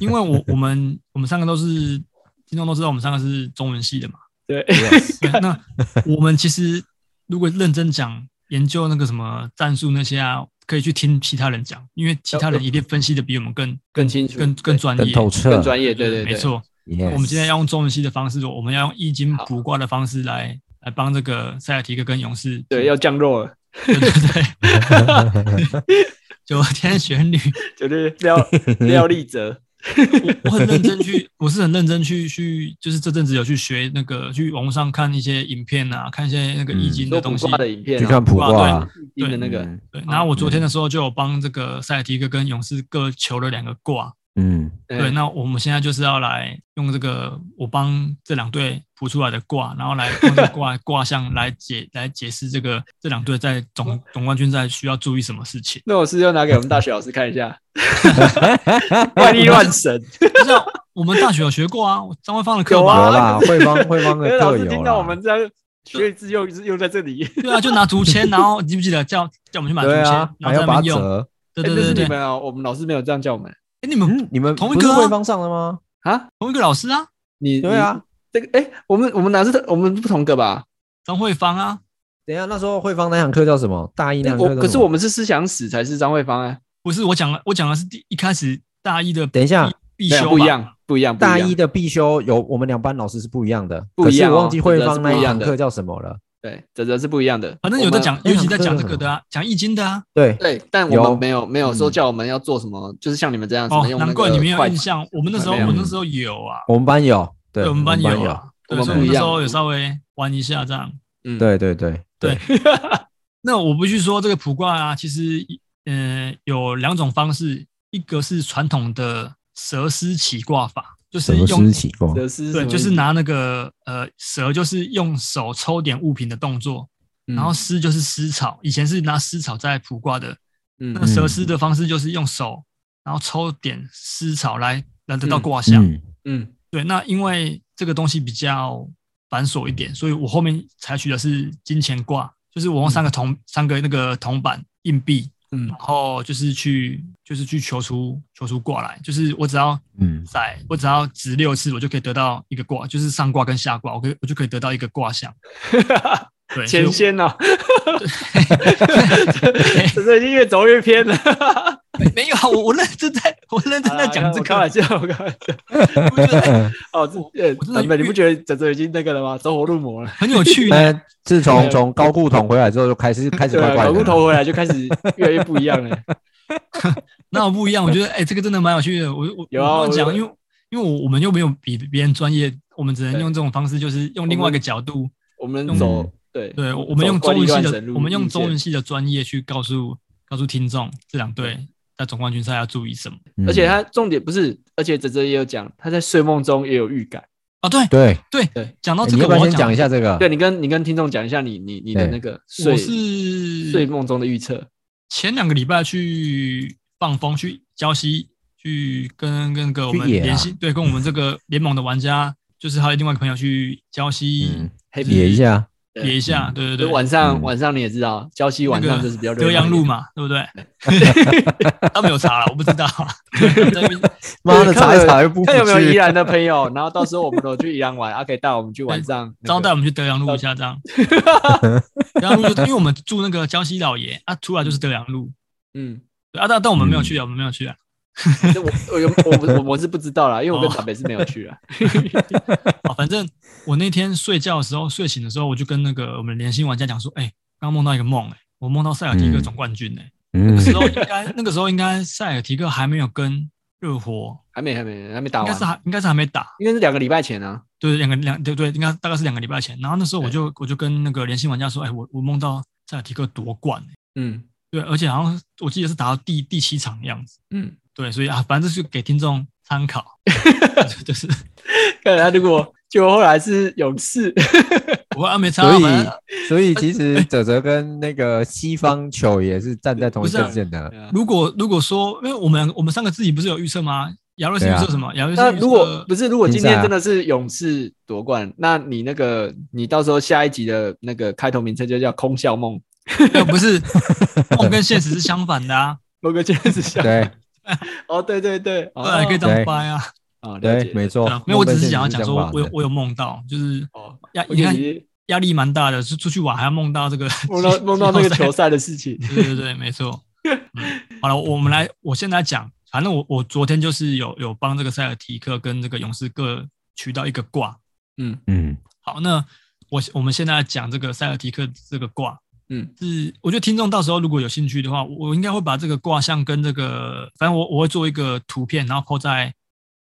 因为我我们 我们三个都是听众都知道，我们三个是中文系的嘛。对， 对那我们其实如果认真讲研究那个什么战术那些啊，可以去听其他人讲，因为其他人一定分析的比我们更更清楚更更专更业、透彻，更专业，对对对，没错。 Yes。我们今天要用中文系的方式，我们要用易经卜卦的方式来来帮这个塞尔提克跟勇士。对，要降弱了，对对对， 九天玄女，就是 廖廖立哲，我我很认真去，我是很认真去去，就是这阵子有去学那个，去网络上看一些影片啊，看一些那个易嗯经的说卜东西。卦的影片啊，去看卜卦卦啊，易经的那个，嗯对，然后我昨天的时候就有帮这个塞尔提克跟勇士各求了两个卦。嗯， 对，那我们现在就是要来用这个我帮这两队卜出来的卦，然后 来用这个卦卦象来解来解释这个这两队在总嗯总冠军赛需要注意什么事情。那我是要拿给我们大学老师看一 下，怪力乱神。不是啊、我们大学有学过啊，张惠芳的课有吧啊有啦，慧芳慧芳的因为哎啊老特师有听啦到我们在学字又又在这里，对啊，就拿竹签，然后你记不记得叫叫我们去买竹对签，啊，然还后在要那把边用。折。对 哎对那是对对对，你们啊，我们老师没有这样叫我们哎，你们嗯，你们同一不是个啊慧芳上的吗？啊。同一个老师啊，你对，啊，你这个哎，我们我们哪是我们不同个吧？张惠芳啊，等一下那时候慧芳那堂课叫什么？大一那堂课我叫可是什么我们是思想史才是张惠芳啊，不是我讲了，我讲的是第一开始大一的等一下必没有修不一吧，样，不一样，不大样一的必修有我们两班老师是不一样的，不一可是样哦我忘记慧芳那真的是一不一样堂的课叫什么了。对，这这是不一样的。反正有在讲，我们尤其在讲这那堂课个的哎啊， 讲易经的啊。对我们，对，但我有们没有没有说嗯叫我们要做什么，就是像你们这样，什哦么，用那难个怪你没有筷印子象，我们那时候没有我那时候有啊，我们班有，对，对，我们班有有，啊，对，我们所以我那不一时样候有稍微玩一下这样。嗯，对对对对，那我不去说这个卜卦啊，其实嗯有两种方式，一个是传统的蛇丝起卦法，就是用起过这是对，什么就是意思拿那个呃蛇，就是用手抽点物品的动作，嗯然后丝就是丝草，以前是拿丝草在卜卦的，嗯那蛇丝的方式就是用手，然后抽点丝草来来得到卦象。嗯嗯对，那因为这个东西比较繁琐一点，所以我后面采取的是金钱卦，就是我用三个铜、三个那个铜板硬币，嗯然后就是去就是去求出求出卦来，就是我只要嗯在我只要掷六次，我就可以得到一个卦，就是上卦跟下卦，我可以我就可以得到一个卦象。对，前所以 先哦，这这已经越走越 偏了。我没有啊，我我认真在，我认真在讲这开玩个，笑，啊我开玩笑。我觉得哎哦，这呃 我真的版本，你不觉得哲哲已经那个了吗？走火入魔了，很有趣 呢。哎，自从从高固桶回来之后，就开始开始对怪啊，怪搞的不了。头回来就开 始越来越不一样了。那我不一样，我觉得哎、这个真的蛮有趣的。我我有啊我这样我讲，因为因为我我们又没有比别人专业，我们只能用这种方式，就是用另外一个角度。我们用走嗯对对，我我们用走中惯一文系贯的神，路我们用路线中文系的专业去告诉告诉听众这两队在总冠军赛要注意什么嗯而且他重点不是，而且哲哲也有讲，他在睡梦中也有预感。啊？对对，对对，讲到哎哦这你要个，不我要要先讲一下，这个？对你跟你跟听众讲一下你你你的啊对那个睡我是睡梦中的预测。前两个礼拜去放风，去礁溪，去跟跟那个我们去野啊联系，对，跟我们这个联盟的玩家，就是还有另外一个朋友去礁溪嗯，黑野一下，对野一下，对对就是对，晚上嗯晚上你也知道，礁溪晚那上个就是比较热闹德一点阳路。嘛，对不对？ 他们有查了，我不知道。啊在那边妈的，看查有一查又不看有没有去宜兰的朋友， 然后到时候我们都去宜兰玩，啊，可以带我们去晚上那个 招待我们去德阳路一下，这样。德阳路就因为我们住那个江西老爷啊，出来就是德阳路。嗯，对啊，但但我们没有去啊，我们没有去啊。这我我有我不我我 是不知道啦，因为我跟哦长北是没有去啊。啊，反正我那天睡觉的时候，睡醒的时候，我就跟那个我们联系玩家讲说，哎、刚刚梦到一个梦，哎，我梦到塞尔提克总冠军、哎、嗯那时候应该那个时候应该塞尔提克还没有跟热火，还没还没还没打应该完是，还应该是还没打，应该是两个礼拜前啊。对，两个两对对，应该大概是两个礼拜前。然后那时候我就我就跟那个联系玩家说，哎、我我梦到塞尔提克夺冠、哎嗯对，而且好像我记得是打到第第七场的样子，嗯，对，所以啊，反正就是给听众参 考， 就是 看来他如果就后来是勇士，我啊没差， 所反以正，所以其实哲哲跟那个西方球也是站在同一不是啊阵线的。 如果如果说，因为我们两个我们三个自己不是有预测吗？亚瑞斯预啊测什么？亚瑞斯那预测如果不是，如果今竞赛天啊真的是勇士夺冠，那你那个你到时候下一集的那个开头名称就叫“空笑梦 呃不是梦跟现实是相反的啊，”，某个这样子 笑。对哦，对对对，哦对啊，可以这样掰啊。哦，了对，解。没错对啊。没有，我只是想要梦讲跟现实说相反我有的我有梦到，就是哦，压我啊你看以为压力蛮大的，是出去玩还要梦到这个 梦到梦到那个球季赛的事情。后赛，对对对，没错。嗯好了，我们来，我现在讲，反正我我昨天就是有有帮这个塞尔提克跟这个勇士各取到一个卦。嗯嗯，好，那我我们现在讲这个塞尔提克这个卦，嗯是，我觉得听众到时候如果有兴趣的话，我我应该会把这个卦象跟这个，反正我我会做一个图片，然后 po 在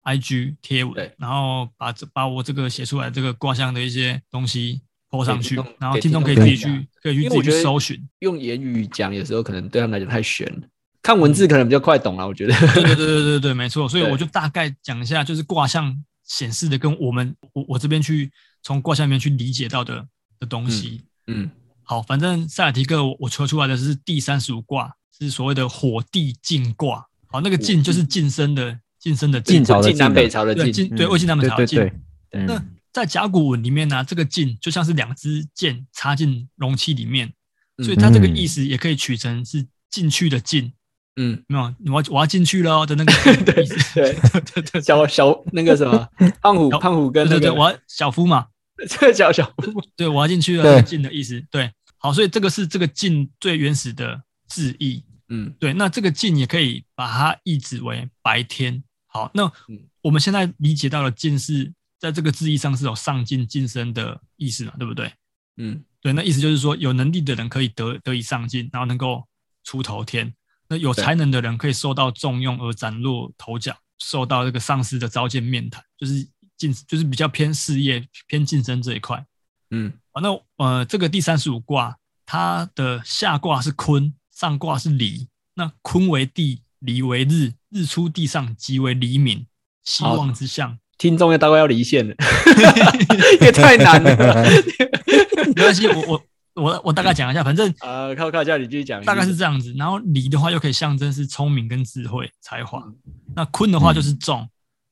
IG 贴文对，然后把这把我这个写出来这个卦象的一些东西 po 上去给听众，然后给听众可以听自众己看一去可以去因自为己我觉去得搜寻。用言语讲，有时候可能对他们来讲太悬了。看文字可能比较快懂啊了，我觉得。对对对对对对，没错。所以对我就大概讲一下，就是卦象显示的跟我们我我这边去从卦象里面去理解到的的东西。嗯好，反正塞尔提克我我求出来的是第三十五卦，是所谓的火地晋卦。好，那个晋就是晋升的晋升的晋晋，朝的 晋南晋北啊朝的对晋，晋对魏晋南北对朝的对晋对。，那 嗯在甲骨文里面呢、这个晋就像是两支箭插进容器里面，嗯所以它这个意思也可以取成是进去的进，嗯，有没有？我要我要进去了的那个意思。对 对对小小那个什么胖虎小胖虎跟对那对个对，我要小夫嘛， 这个叫小对我要进去了，对那个进的意思。对，好，所以这个是这个晋最原始的字义。嗯对，那这个尽也可以把它译指为白天。好，那嗯我们现在理解到的尽是在这个字义上是有上进晋升的意思嘛，对不对？嗯对，那意思就是说有能力的人可以得得以上进，然后能够出头天；那有对才能的人可以受到重用而崭露头角，受到这个上司的召见面谈，就是进就是比较偏事业偏晋升这一块。嗯好，那呃，这个第三十五卦，它的下卦是坤，上卦是离。那坤为地，离为日，日出地上，即为黎明，希好望之象。听众要大概要 离线了，也 太难了。没关系，我我我我大概讲一下，反正啊，靠靠，叫你继续讲，大概是这样子。然后离的话，又可以象征是聪明跟智慧、才华。那坤的话就是众，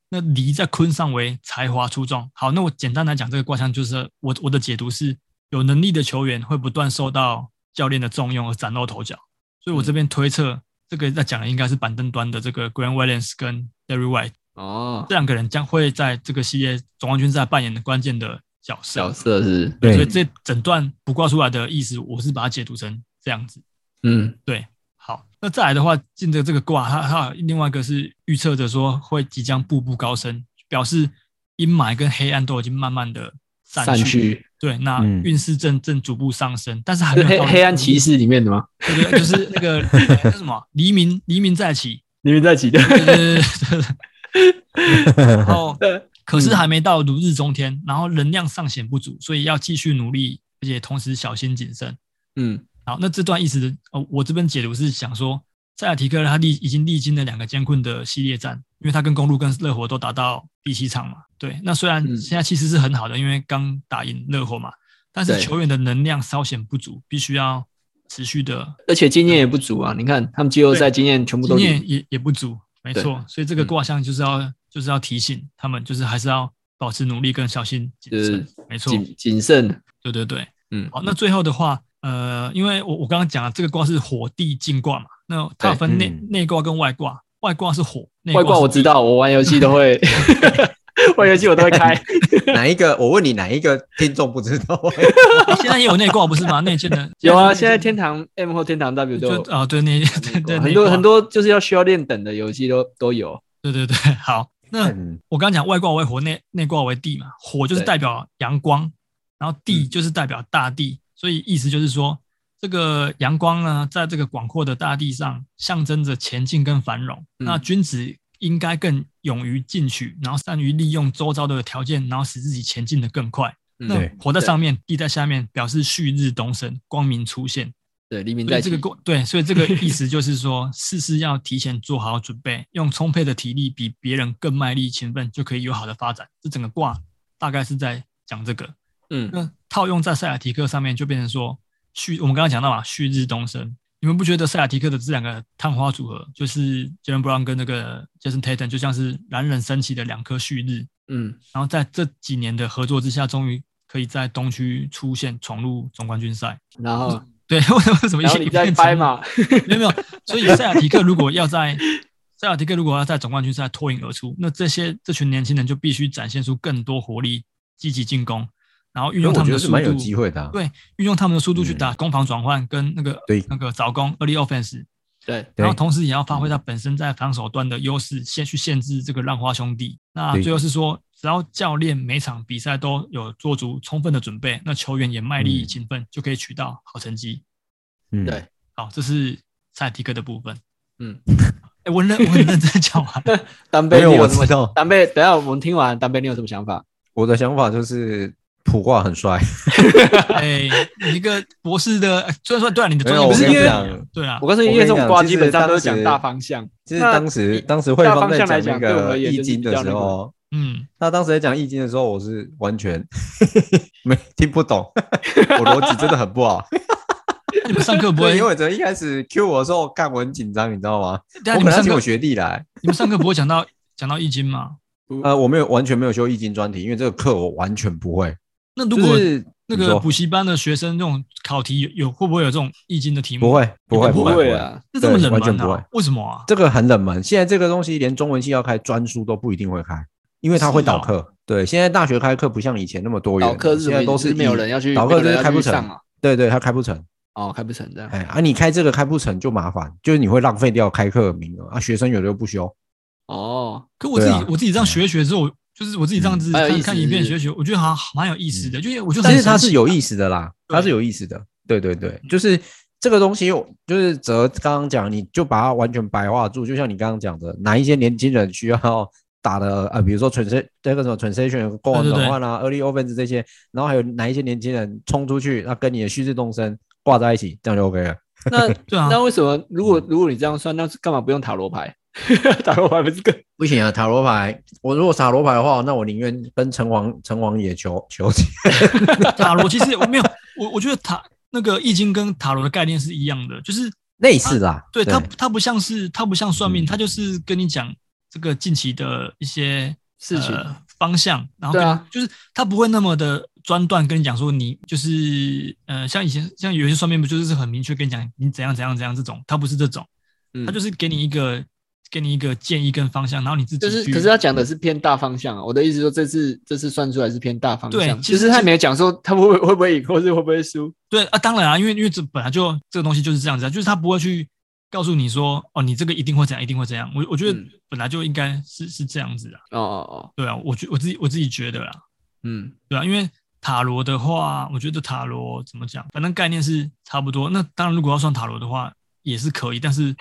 那离在坤上为才华出众。好，那我简单来讲这个卦象，就是我我的解读是，有能力的球员会不断受到教练的重用而崭露头角。所以我这边推测，这个在讲的应该是板凳端的这个 Grant Williams 跟 Derry White 哦这，两个人将会在这个系列总冠军赛扮演的关键的角色。角色是，对，所以对，这整段卜卦出来的意思，我是把它解读成这样子。嗯对，好，那再来的话，进的这个卦，它它有另外一个是预测着说会即将步步高升，表示阴霾跟黑暗都已经慢慢的散去。散去，对，那嗯运势正正逐步上升，但是还没是有到黑黑暗骑，士里面的吗？对对，就是那个呃那什么黎明黎明再起，你们在 骑的，对对对对对。然后，可是还没到如日中天，然后能量尚显不足，所以要继续努力而且同时小心谨慎。嗯好，那这段意思的，呃，我这边解读是想说，塞尔提克他历已经历经了两个艰困的系列战，因为他跟公路跟热火都打到第七场嘛。对，那虽然嗯现在其实是很好的，因为刚打赢热火嘛，但是对球员的能量稍显不足，必须要持续的而且经验也不足啊。你看他们季后赛经验全部都嗯经验零，也也不足，没错。所以这个卦象就是要、就是要提醒他们，就是还是要保持努力跟小心谨就是慎，没错，谨谨慎。对对对。嗯，好，那最后的话，呃，因为我我刚刚讲了这个卦是火地进卦嘛，那它有分内、嗯内卦跟外卦，外卦是火，内外卦挂我知道，我玩游戏 都会， 玩游戏我都会开。哪一个？我问你，哪一个听众不知道？是地。现在也有内卦不是吗？内建的 有啊，现在天堂 M 或天堂 W 都就有 啊、对内对对很多很多多就是要需要练等的游戏都都有。对对对，好， 那嗯我刚刚讲外卦为火，内内卦为地嘛，火就是对嗯代表阳光，然后地就是代表大地，所以意思就是说，这个阳光呢，在这个广阔的大地上，象征着前进跟繁荣。嗯那君子应该更勇于进取，然后善于利用周遭的条件，然后使自己前进的更快。嗯那对火在上面，地在下面，表示旭日东升，光明出现。对，黎明所在以这个过对，所以这个意思就是说，事事要提前做好准备，用充沛的体力比别人更卖力勤奋，就可以有好的发展。这整个卦大概是在讲这个。嗯那套用在塞尔提克上面，就变成说旭，我们刚刚讲到嘛，旭日东升。你们不觉得塞尔提克的这两个探花组合，就是 Jalen Brown 跟那个 Jason Tatum，就像是冉冉升起的两颗旭日？嗯然后在这几年的合作之下，终于可以在东区出现，闯入总冠军赛。然后对， 为什么为什么一然后些你再 掰嘛，没有没有，所以塞尔提克如果要在塞尔提克如果要在总冠军赛脱颖而出，那这些这群年轻人就必须展现出更多活力，积极进攻，然后运因用为我他们觉得的是速蛮有机度，会的、啊。对，运用他们的速度去嗯打攻防转换跟那个对那个早攻 early offense，对，对嗯然后同时也要发挥他本身在防守端的优势，先去限制这个浪花兄弟。那对最后是说，只要教练每场比赛都有做足充分的准备，那球员也卖力嗯勤奋，就可以取到好成绩。嗯，对好，这是塞尔提克的部分。嗯，哎、我很认我很认真地讲完。 丹没贝有你我有什么知？道，丹贝，等一下我们听完，丹贝你有什么想法？我的想法就是普卦很帅。哎、你一个博士的，呃虽然说对啊，你的专没业有不是我跟你这样讲对啊我，告诉你， 我因跟你为这种讲瓜其基实本上当都是讲时大方向，就是那当时你当时慧大芳方在向来那讲对我个而言易就是经比的较时那个候，嗯，他当时在讲易经的时候，我是完 全没听不懂，我逻辑真的很不好。那你们上课不对，会因，为哲一开始 Q 我的时候，干我很紧张，你知道吗？对啊，我你本们来上请我课，学弟来，你们上课不会讲到讲到易经吗？呃，我没有完全没有修易经专题，因为这个课我完全不会。那如就果是那你个说补习班的学生，那种考题有有会不会有这种易经的题目？不，会不会不会会会啊，那这么对冷完全门不啊会？为什么啊？这个很冷门，现在这个东西连中文系要开专书都不一定会开，因为它会是哦导课。对，现在大学开课不像以前那么多元导了，科什现么在意思都就是没以有人要去，导没有课就是人要开去不成上啊，对对，它开不成。哦，开不成这样，哎啊，你开这个开不成就麻烦，就是你会浪费掉开课的名额啊。学生有的又不修，哦，可我自己、对啊我自己这样学一学之后，就是我自己这样子嗯蛮有看、意思看影片是学一学，我觉得好像蛮有意思的，就是我就嗯但很是它神奇是有意思的啦，对它是有意思的。对对对，就是这个东西，就是哲刚刚讲，你就把它完全白化住，就像你刚刚讲的，哪一些年轻人需要打的呃，比如说 transition 这个什么 transition 过往转换啊，early offense 这些，然后还有哪一些年轻人冲出去，那跟你的蓄势动身挂在一起，这样就 OK 了。那 对啊，那为什么如果如果你这样算，那是干嘛不用塔罗牌？ 塔罗牌不是更不行啊，塔罗牌，我如果塔罗牌的话，那我宁愿跟城隍城隍爷求求解。塔罗其实我没有，我我觉得塔那个易经跟塔罗的概念是一样的，就是 类似啦，对它啊他它不像是它不像算命，嗯它就是跟你讲这个近期的一些事情呃方向，然后对跟啊就是它不会那么的专断跟你讲说你就是呃像以前像有些算命不就是很明确跟你讲你怎样怎样怎样这种，它不是这种，嗯它就是给你一个给你一个建议跟方向，然后你自己就是，去可是他讲的是偏大方向啊。我的意思说，这次这次算出来是偏大方对向，其实就是他没有讲说他会不会会不会赢，或是会不会输。对啊，当然啊，因为因为这本来就这个东西就是这样子啊，就是他不会去告诉你说哦，你这个一定会怎样，一定会怎样。我我觉得嗯本来就应该是是这样子啊，哦哦哦，对啊，我觉我自己我自己觉得啦，嗯，对啊，因为塔罗的话，我觉得塔罗怎么讲，反正概念是差不多。那当然，如果要算塔罗的话也是可以，但 是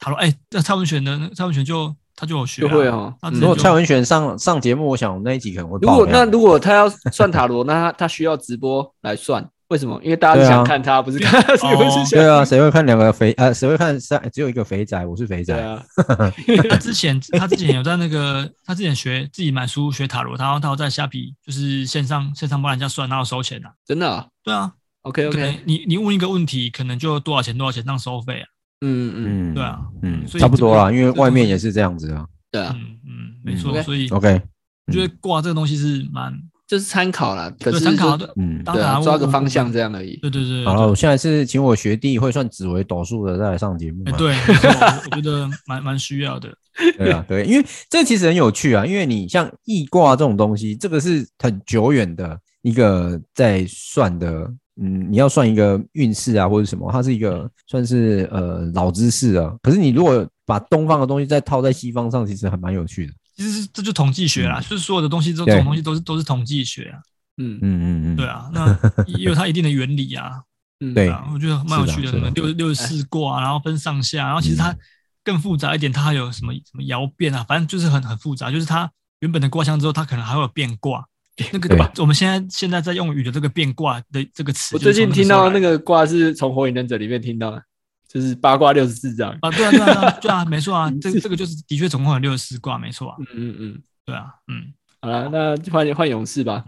塔罗哎，那蔡文选的蔡文选就他就有学、就啊，会哦。他自嗯己如果就蔡文选上上节目，我想那一集可能会如爆果料那如果他要算塔罗，那他他需要直播来算，为什么？因为大家是对啊想看他，不是看他是不 是哦想 对啊，谁会看两个肥呃，谁会看三只有一个肥仔？我是肥对仔，啊，他之前他之前有在那个，他之前学自己买书学塔罗，他他有在虾皮就是线上线上帮人家算，然后收钱的、啊。真的、啊。对啊 OK 可 OK，能你你问一个问题，可能就多少钱多少钱当收费啊？嗯嗯嗯，嗯，对，啊，嗯，所以差不多这啦，个因为外面也是这样子啊。对啊，嗯嗯，没嗯错。 ，OK 所以 OK，我觉得挂这个东西是蛮就是参考啦，可对是参考就的，嗯，当对然啊，我抓个方向这样而啊已。对对对。好了，我现在是请我学弟会算紫微斗数的再来上节目嘛。哎，对，没错我我觉得蛮蛮需要的。对啊，对，因为这其实很有趣啊，因为你像易卦这种东西，这个是很久远的一个在算的，嗯，你要算一个运势啊或者什么，它是一嗯个算是呃老知识啊。可是你如果把东方的东西再套在西方上，其实还蛮有趣的。其实是这就统计学啦，就是所有的东西都这对种东西都是都是统计学啊。嗯嗯嗯嗯，对啊，那也有它一定的原理啊。嗯，对对啊，我觉得蛮有趣的，是的什嗯么是的六六十哎四卦啊，然后分上下，然后其实它更复杂一点，它还有什么什么爻变啊，反正就是很很复杂。就是它原本的卦象之后，它可能还会有变卦。那个对我们现在现在在用语的这个变卦的这个词，我最近就是听从时候到来那个卦是从《火影忍者》里面听到的，就是八卦六十四章。啊，对啊，对啊，对啊，对 啊，没错啊，这这个就是的确总共有六十四卦，没错啊，嗯嗯嗯，对啊，嗯，好了，那换换勇士吧，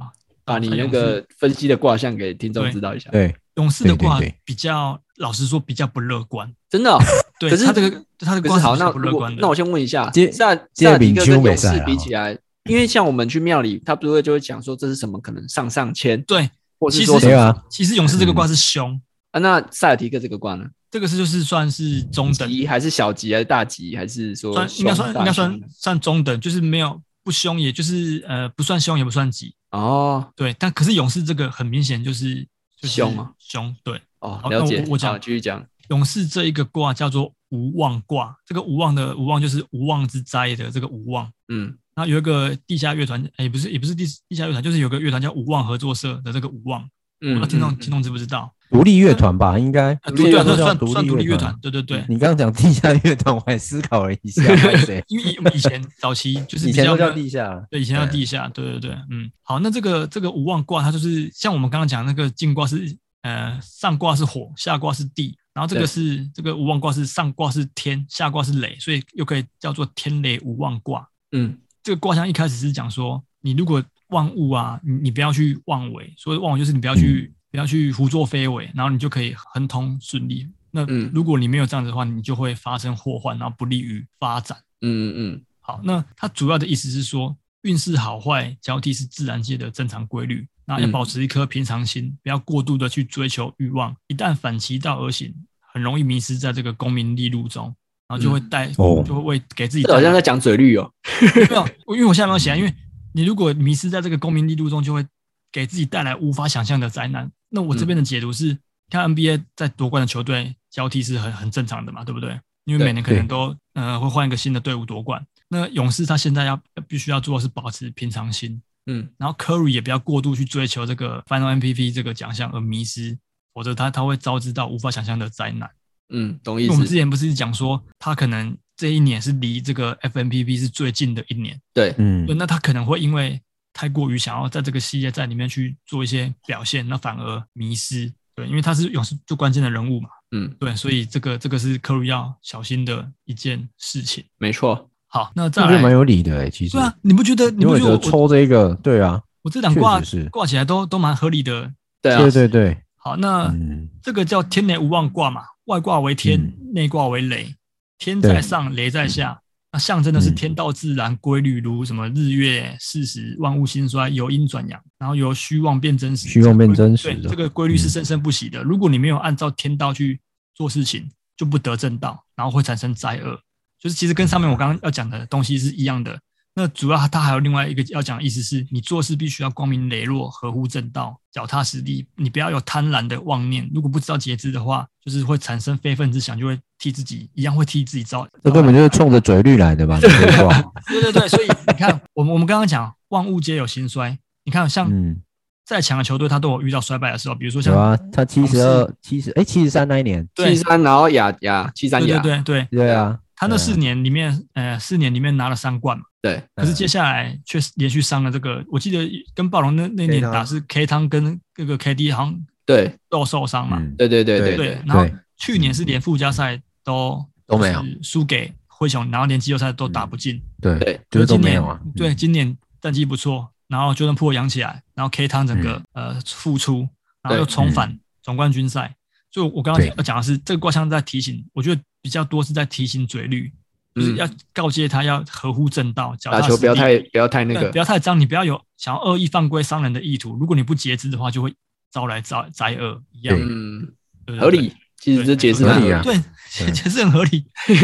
把你那勇个士分析的卦象给听众对知道一下。对，勇士的卦对对对比较老实说比较不乐观，真的哦， 对，可是他这个他的可卦是好，比较那不乐如果观的，那我先问一下，接萨接萨迪丙克丘跟美勇士赛啊比起来，因为像我们去庙里，他不是会就会讲说这是什么，可能上上签，对，或是其说实什对么啊，其实勇士这个卦是凶，啊？那萨尔提克这个卦呢？这个是就是算是中等，吉还是小吉还是大吉还是说算应该算双大应该算吉呢算中等，就是没有不凶，也就是呃不算凶也不算急，哦对，但可是勇士这个很明显就是就是凶啊凶，对，哦，好了那解，我我讲好继续讲，勇士这一个卦叫做无妄卦，这个无妄的无妄就是无妄之灾的这个无妄。嗯然后有一个地下乐团，哎，不是也不是地地下乐团，就是有个乐团叫无望合作社的这个无望，不知嗯道，听众嗯听众知不知道？独立乐团吧，应该。呃独对立乐啊，团啊嗯算算嗯独立算独立乐乐团团，对对对，你刚刚讲地下乐团，我还思考了 一下，对，因为以我们以前早期就是以比前较都叫地下，对，以前叫地下，对对对，嗯，好，那这个这个无妄卦，它就是像我们刚刚讲那个静卦是呃上卦是火，下卦是地，然后这对个是这个无妄卦是上卦是天，下卦是雷，所以又可以叫做天雷无妄卦。嗯这个卦象一开始是讲说，你如果万物啊，你你不要去妄为，所以妄为就是你不要去、嗯不要去胡作非为，然后你就可以亨通顺利。那嗯如果你没有这样子的话，你就会发生祸患，然后不利于发展。嗯嗯好，那它主要的意思是说，运势好坏交替是自然界的正常规律，那要嗯保持一颗平常心，不要过度的去追求欲望，一旦反其道而行，很容易迷失在这个功名利禄中，然后就会带、哦就会为给自己嗯嗯，这好带来啊像在讲嘴绿哦， 没有，因为我现在没有写啊，因为你如果迷失在这个功名利禄中，就会给自己带来无法想象的灾难。那我这边的嗯解读是，看 NBA 在夺冠的球队交替是很很正常的嘛，对不对？因为对每年可能都呃会换一个新的队伍夺冠。那勇士他现在要必须要做的是保持平常心，嗯然后 Curry 也不要过度去追求这个 Final MVP 这个奖项而迷失，否则他他会招致到无法想象的灾难。嗯，懂因意为我们之思，前不是讲说，他可能这一年是离这个 FMVP 是最近的一年。对，嗯对，，那他可能会因为太过于想要在这个系列赛里面去做一些表现，那反而迷失。对，因为他是勇士最关键的人物嘛，嗯，对，所以这个这个是科瑞要小心的一件事情。没错，好，那这再我觉得来，蛮有理的哎，其实对。啊，你不觉得你因不为觉得就我我抽这个，对啊，我这两卦确实是挂起来都都蛮合理的？对啊对，对对，好，那嗯，这个叫天雷无妄卦嘛，外卦为天，内卦为雷，天在上，雷在下，那象征的是嗯天道自然规律，如什么日月四时，万物兴衰，由阴转阳，然后由虚妄变真实，虚妄变真实这个规对，的这个规律是嗯生生不息的。如果你没有按照天道去做事情，就不得正道，然后会产生灾厄。就是其实跟上面我刚刚要讲的东西是一样的。那主要它还有另外一个要讲的意思是，你做事必须要光明磊落、合乎正道、脚踏实地，你不要有贪婪的妄念。如果不知道节制的话，就是会产生非分之想，就会替自己一样会替自己招。这根本就是冲着嘴绿来的吧？你这一卦对对对，所以你看，我们我们刚刚讲万物皆有兴衰，你看像嗯，再强的球队，他都有遇到衰败的时候，比如说像有啊，他七勇士十二、七十哎七十三那一年，七对三，然后雅雅七三对对雅，对对，对啊，他那四年里面，呃，四年里面拿了三冠嘛，对，嗯可是接下来却连续伤了这个，我记得跟暴龙那那年 K 汤打是 K 汤跟这个 KD 好像对都受伤嘛。嗯，对对对对对对，然后对去年是连附加赛都都没有，就是输给灰熊，然后连季后赛都打不进。对对，就是都今没年有啊，嗯对，今年战绩不错，然后 Jordan p o o 养起来，然后 K 汤整个、嗯呃复出，然后又对重返总冠军赛。就我刚刚对要讲的是，这个卦象在提醒，我觉得比较多是在提醒嘴绿，就是嗯要告诫他要合乎正道，脚打踏球实不要地太不要太那对个不，要太脏，你不要有想要恶意犯规伤人的意图。如果你不节制的话，就会招来灾灾厄一样。对嗯，对对合对理。其实这解释合蛮理啊对，对解释很合理。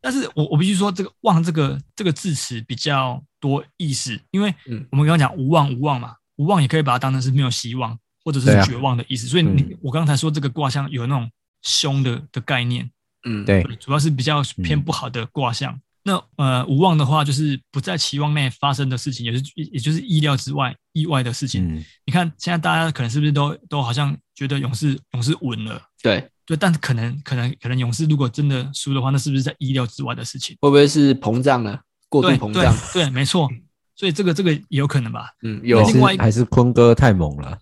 但是我我必须说，这个“忘”这个这个字词比较多意思，因为嗯我们刚刚讲无望无望嘛，无望也可以把它当成是没有希望或者是对啊绝望的意思。所以你、嗯我刚才说这个卦象有那种凶的的概念，嗯，对对，主要是比较嗯偏不好的卦象。那呃，无望的话就是不在期望内发生的事情，也是也就是意料之外、意外的事情。嗯，你看现在大家可能是不是都都好像觉得勇士勇士稳了？对，对，但可能可能可能勇士如果真的输的话，那是不是在意料之外的事情？会不会是膨胀了？过度对膨胀？对对，没错。所以这个这个也有可能吧。嗯，那有另外一还是还是坤哥太猛了，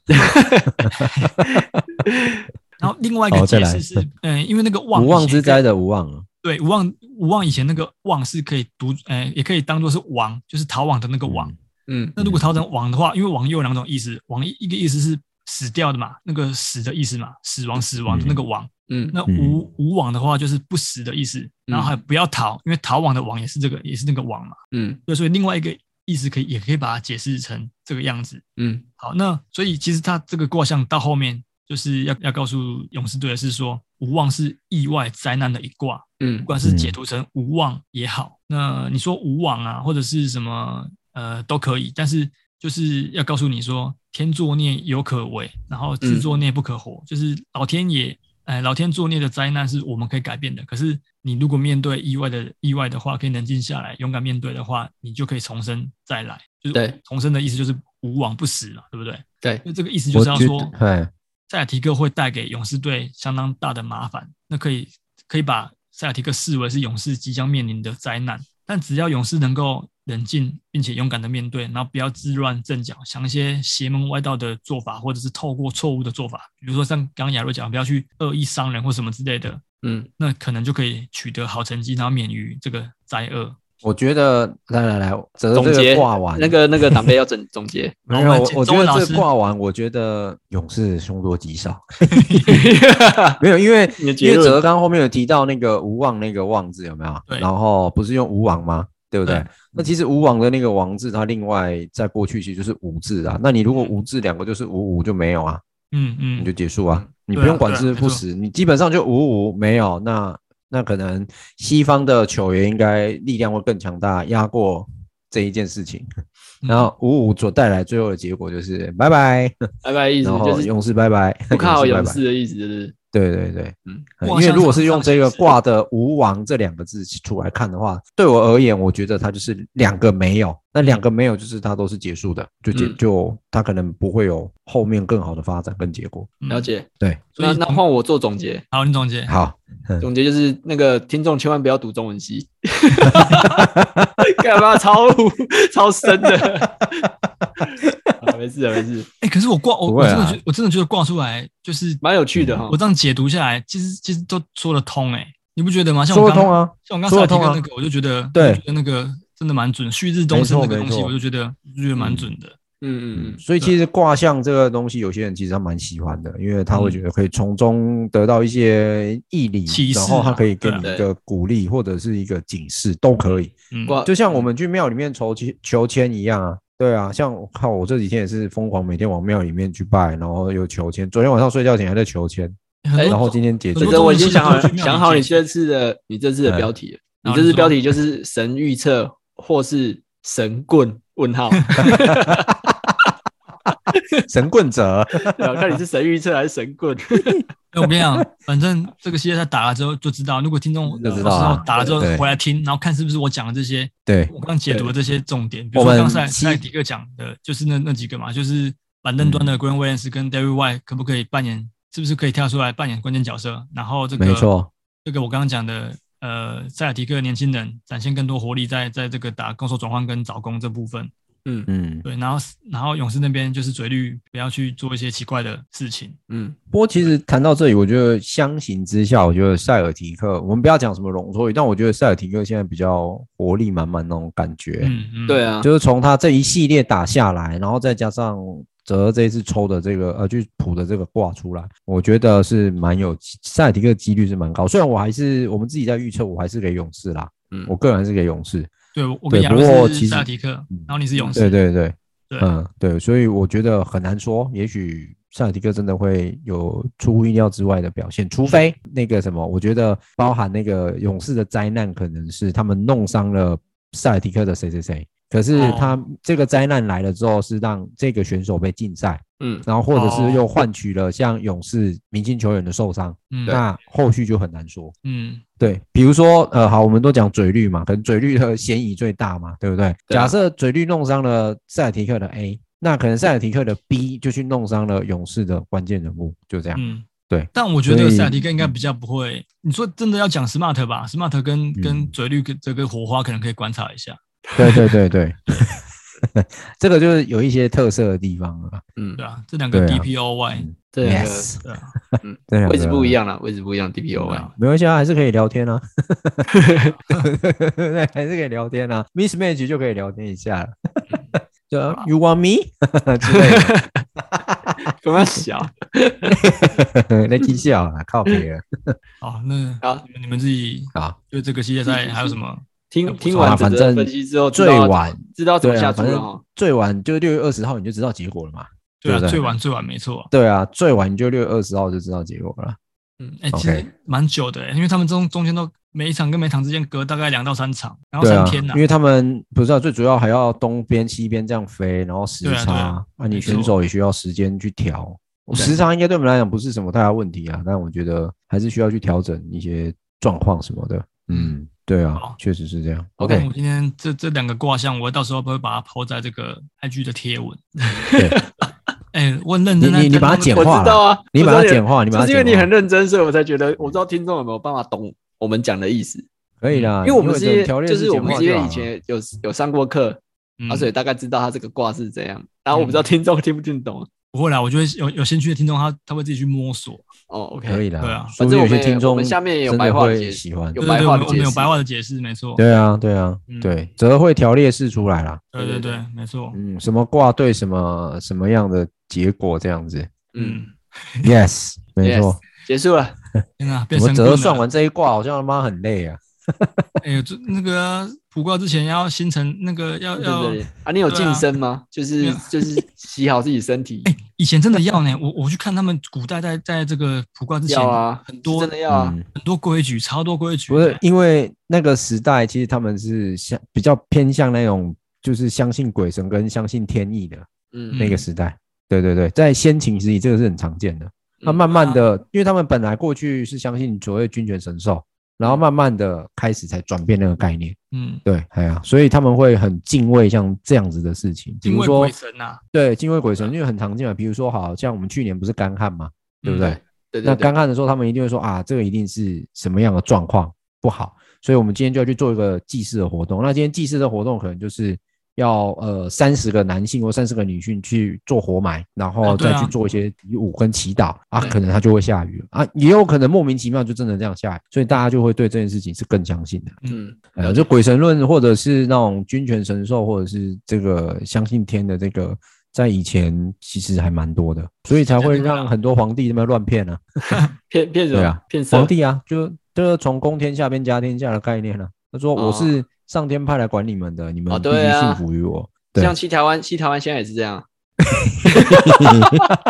然后另外一个好再解来释是，嗯、因为那个望无妄以前可以之灾的无妄啊，对，无望无望以前那个望是可以读，呃，也可以当做是王，就是逃亡的那个王。嗯嗯那如果逃成王的话，因为王又有两种意思，王一一个意思是死掉的嘛，那个死的意思嘛，死亡死亡的那个亡。嗯那无无往的话就是不死的意思，然后还有不要逃，因为逃亡的亡也是这个也是那个亡嘛。嗯对，所以另外一个意思可以也可以把它解释成这个样子。嗯好，那所以其实他这个卦象到后面就是要要告诉勇士队的是说，无望是意外灾难的一卦，不嗯管是解读成无望也好，那你说无望啊，或者是什么呃都可以，但是就是要告诉你说，天作孽犹可为，然后自嗯作孽不可活，就是老天爷。哎，老天作孽的灾难是我们可以改变的。可是你如果面对意外的意外的话，可以冷静下来，勇敢面对的话，你就可以重生再来。就是对重生的意思就是无往不死嘛，对不对？对，那这个意思就我是要觉说，得，哎，塞尔提克会带给勇士队相当大的麻烦，那可以可以把塞尔提克视为是勇士即将面临的灾难。但只要勇士能够冷静并且勇敢的面对，然后不要自乱阵脚，想一些邪门歪道的做法，或者是透过错误的做法，比如说像刚刚亚瑞讲，不要去恶意伤人或什么之类的，嗯那可能就可以取得好成绩，然后免于这个灾厄。我觉得来来来，整总个这结个挂完 那个那个党杯要总总结，没然有，后我我们请我觉中文老得师这挂完，我觉得勇士凶多吉少。没有，因为你的因结为哲论刚后面有提到那个无望那个望字有没有？对然后不是用无王吗？对不对？对那其实无王的那个王字，它另外在过去其实就是无字啊。那你如果无字两个就是无无就没有啊，嗯你嗯就，结束啊，你对啊不用管对啊是没不错是，你基本上就五五没有。那那可能西方的球员应该力量会更强大，压过这一件事情。嗯然后五五所带来最后的结果就是拜拜，拜拜意思然就后是勇士拜拜，不看好士拜勇拜。士的意思就是对对对，嗯嗯，因哇为像如果场是用上这个也是挂的“无王”这两个字出来看的话，对我而言，我觉得它就是两个没有，那两个没有就是它都是结束的，就结嗯就它可能不会有后面更好的发展跟结果。嗯了。解。对，所那以那换我做总结，好，你总结，好，总结就是那个听众千万不要读中文系， 干嘛超污超深的？ 啊没事的，没事，哎，可是我挂我不我会真的啊觉得我真的觉得挂出来就是蛮有嗯趣的哈我。这样解读下来，其实其实都说得通哎、你不觉得吗？像说我得刚通，啊，像我刚说才得提通到啊那个，我就觉得对我就觉得那个真的蛮准，旭日东升那没错个东没西，错我就觉得就觉得蛮准的。嗯嗯嗯，所以其实卦象这个东西，有些人其实他蛮喜欢的，因为他会觉得可以从中得到一些义理启，示啊然后他可以给你对啊一个鼓励或者是一个警示，都可以。嗯，挂就像我们去庙里面求签求签一样啊，对啊，像我靠，我这几天也是疯狂每天往庙里面去拜，然后有求签，昨天晚上睡觉前还在求签，很多哎然后今天解很多决这了。个中我文已经系想好都去了，庙想里好你借这次的你这次哎的标题了，嗯你这次标题就是“神预测”或是“神棍” 问号，神棍者，对啊看你是神预测还是神棍。 哎我跟你讲，反正这个系列赛打了之后就知道，如果听众 就知道啊我打了之后对回来听，然后看是不是我讲的这些，对我刚解读的这些重点，比我如说们刚才七在迪克讲的，就是那那几个嘛，就是板凳嗯端的 Grant Williams 跟 David White 可不可以扮演，是不是可以跳出来扮演关键角色？然后这个没错，这个我刚刚讲的，呃，塞尔提克年轻人展现更多活力在，在这个打攻守转换跟找攻这部分。嗯嗯，对，然后然后勇士那边就是嘴绿，不要去做一些奇怪的事情。嗯，不过其实谈到这里，我觉得相形之下，我觉得塞尔提克，我们不要讲什么容错率，但我觉得塞尔提克现在比较活力满满那种感觉。嗯嗯，对啊，就是从他这一系列打下来，然后再加上哲这一次抽的这个呃，去普的这个卦出来，我觉得是蛮有塞尔提克几率是蛮高。虽然我还是我们自己在预测，我还是给勇士啦，嗯我个人还是给勇士。对，我我跟对亚不过伦其是实嗯萨提克，然后你是勇士，对对对，对嗯对，所以我觉得很难说，也许塞尔提克真的会有出乎意料之外的表现，除非那个什么，我觉得包含那个勇士的灾难，可能是他们弄伤了塞尔提克的谁谁谁。可是哦他这个灾难来了之后，是让这个选手被禁赛，嗯然后或者哦是又换取了像勇士明星球员的受伤，嗯那后续就很难说。嗯对，比如说，呃，好，我们都讲嘴绿嘛，可能嘴绿的嫌疑最大嘛，对不对？对啊假设嘴绿弄伤了塞尔提克的 A，那可能塞尔提克的 B 就去弄伤了勇士的关键人物，就这样。嗯，对。但我觉得所以萨提克应该比较不会。你说真的要讲 smart 吧，smart 跟嗯跟嘴绿跟这个火花可能可以观察一下。对对对 对，这个就是有一些特色的地方啊。嗯对，啊，这两个对啊 DPOY，嗯这两个 yes，对啊， 嗯这两个位置不一样啦，位置不一样对，DPOY 啊没关系啊，还是可以聊天啊， 对，还是可以聊天啊，mismatch 就可以聊天一下了。嗯 就啊 you want me 之类的。啊怎么小？ 那继续好了，靠别人好，那好嗯你们你们自己啊。对这个系列赛还有什么？听不错听啊完反整个正分析之后，哦知最道要晚知道怎么对下啊，注反了正哈。最晚就六月二十号你就知道结果了嘛。对啊， 对不对最晚最晚没错。对啊，最晚你就六月二十号就知道结果了。嗯，哎、 OK 其实蛮久的、欸，因为他们中中间都每一场跟每一场之间隔大概两到三场，然后对三啊天呐、，因为他们不是啊，最主要还要东边西边这样飞，然后时对啊对啊差啊，你没错选手也需要时间去调。对时差应该对我们来讲不是什么太大问题啊，但我觉得还是需要去调整一些状况什么的。嗯，对啊好，哦确实是这样。那 OK，我今天这这两个卦象，我到时候会把它抛在这个 IG 的贴文。对， 哎、我很认你真在你你把它在简我化知了道啊，你我知把它道简化，你把它就是简化，因为你很认真，所以我才觉得我不知道听众有没有办法懂我们讲的意思。可以啦，因为我们这是个啊条列就是简我们化是因就为好以了前有有上过课，嗯啊，所以大概知道他这个卦是怎样。然后我不知嗯道听众听不听懂啊。不会啦，我觉得有有兴趣的听众他他会自己去摸索。哦可，OK，以啦，对啊说不定有些听我众们下面也有真的白话会解释喜欢，有对对白对，话我的们我们解有释白话的解释，没错。对啊，对啊，嗯对，则会条列式出来啦。对对对，没错。嗯，什么卦对什么什么样的结果这样 子嗯，嗯， ？Yes，没错。结束了。天哪，变我神们棍则了。算完这一卦，好像他妈很累啊。哎呦，这那个啊卜卦之前要新城那个要对要对，对啊，你有对啊晋升吗？就是没有就是洗好自己身体，哎以前真的要呢。我我去看他们古代在在这个卜卦之前要啊，很多是真的要啊。嗯，很多规矩，超多规矩不的。是因为那个时代，其实他们是相比较偏向那种就是相信鬼神跟相信天意的嗯，那个时代。对对对，在先秦时期，这个是很常见的。那嗯慢慢的，啊因为他们本来过去是相信所谓君权神授，然后慢慢的开始才转变那个概念。嗯，对，哎呀，所以他们会很敬畏像这样子的事情，比敬如畏说鬼神呐、啊，对敬畏鬼神，因为很常见嘛。比如说，好像我们去年不是干旱嘛，对不嗯对？对那对对干，旱的时候，他们一定会说啊，这个一定是什么样的状况不好，所以我们今天就要去做一个祭祀的活动。那今天祭祀的活动可能就是要呃三十个男性或三十个女性去做活埋，然啊后对再啊去做一些礼舞跟祈祷啊，可能它就会下雨啊，也有可能莫名其妙就真的这样下雨，所以大家就会对这件事情是更相信的。嗯，呃，就鬼神论，或者是那种君权神授，或者是这个相信天的这个，在以前其实还蛮多的，所以才会让很多皇帝那边乱骗啊，骗骗什对啊么？骗色皇帝啊，就就是从公天下边加天下的概念啊。他说哦我是上天派来管你们的，你哦们必对须信啊服于我。对像西台湾，西台湾现在也是 这样啊。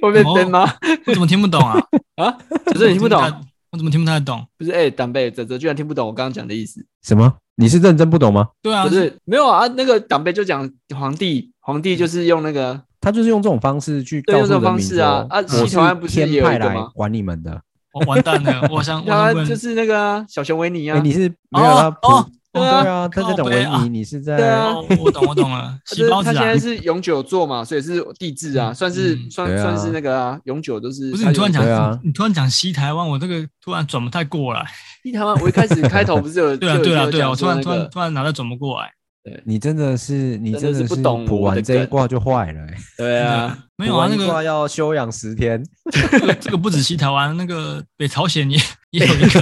会被 编吗？我怎么听不懂啊？啊，只是你听 不懂，哦我怎么听不太懂？不是？哎，党贝，泽泽居然听不懂我刚刚讲的意思，什么？你是认真不懂吗？对啊，嗯不是没有啊？那个党贝就讲皇帝，皇帝就是用那个他就是用这种方式去对告诉用这种人方民式啊说啊我西台湾不是是也天有一派个来吗管你们的。我完蛋了， 我想我他想问，就是那个啊小熊维尼啊哎，，你是没有他哦哦普对啊，他在靠讲北啊维尼，你是在对啊哦，我懂我懂了， 他细胞他子现啊在，是永久座嘛，所以是地质啊，算是嗯算对啊算是那个啊，永久都是。不是你突然对啊讲，你你突然讲西台湾，我这个突然转不太过来。西台湾，我一开始开头不是 有对啊对啊对啊，我突突然然突然突然脑袋转不过来。对你真的是你真的是的不是懂补我完的这一梗卦就坏了欸、对啊，没有补啊，完那一卦个要休养 十天，这个这个不止西台湾，那个北朝鲜 也也有一个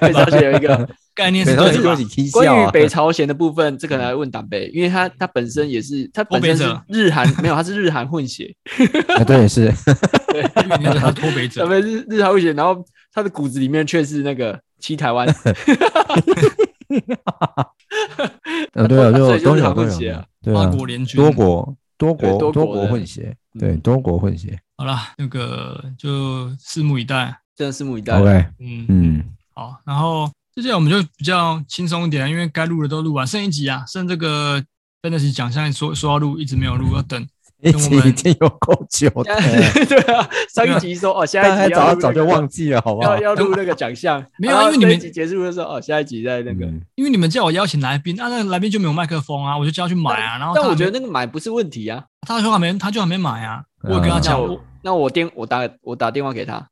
北朝鲜有一个概念每是到对底的吧说？你踢笑关于啊？北朝鲜的部分，这个来问党北，因为他他本身也是他本身欧是北者日韩， 没有他是日韩混血， 啊，对，是你要讲他脱北党 者，北是日韩混血，然后他的骨子里面却是那个七台湾，呃，对啊，就所 以就是都日有韩都混有血的啊，对跨啊，国联军，多国多对多国多国的混血，嗯对，多国混血好啦，那个就拭目以待。真的拭目以待。 ，OK，嗯，嗯，好，然后接下来我们就比较轻松一点，因为该录的都录完，剩一集啊，剩这个真的是奖项说说要录，一直没有录，要等。一跟我集们已经有够久 的了，对啊，上一集说哦， 下大 家一集早要录那个早就忘记了，好不好要？要录那个奖项， 没有然后因为你们这一集结束的时候哦，下一集再那个。嗯因为你们叫我邀请来宾，啊，那个来宾就没有麦克风啊，我就叫他去买啊。然后他但我还没觉得那个买不是问题啊。他说还没，他就还没买啊。我有跟他那讲，我我那我电我打我打电话给他，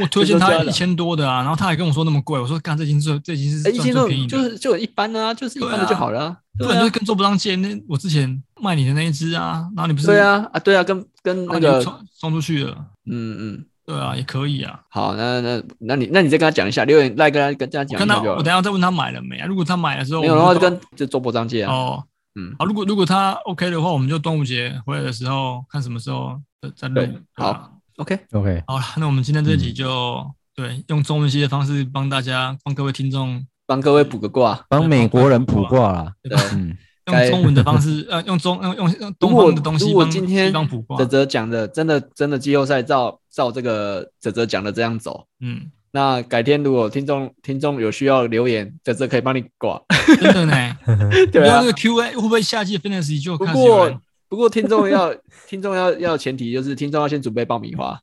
我推荐这他都加了一千多的啊，然后他还跟我说那么贵，我说干，这已经是这已经是哎，算一千最多便宜的，就是就很一般啊，就是一般的对啊就好了啊。不对然啊就跟做不上界。那我之前卖你的那一只啊，然后你不是对，啊啊对啊，跟跟然那后你就个冲冲出去了，嗯嗯，对啊，也可以啊。好，那那那你那你再跟他讲一下，留言来跟他跟他我讲跟一他，下就我好等一了。下再问他买了没啊？如果他买了之后，没有的我话，们就就跟就周伯章借啊。哦，嗯，好，如果如果他 OK 的话，我们就端午节回来的时候看什么时候再再录对。对吧啊好，OK，嗯，OK，好了，那我们今天这集就、对用中文系的方式帮大家帮各位听众帮各位补个卦。帮美国人卜卦啦。对对吧？嗯，用中文的方 式，呃，用中用用用如东果方的东如西果帮今天西方卜卦泽，泽讲的，真的真的季后赛照照这个泽泽讲的这样走，嗯，那改天如果听众听众有需要留言，泽泽可以帮你 挂。真的呢。 对用啊那，个 Q&A 会不会下季 Fantasy 就不开始有人过不过听众要 听众要要前提就是听众要先准备爆米花。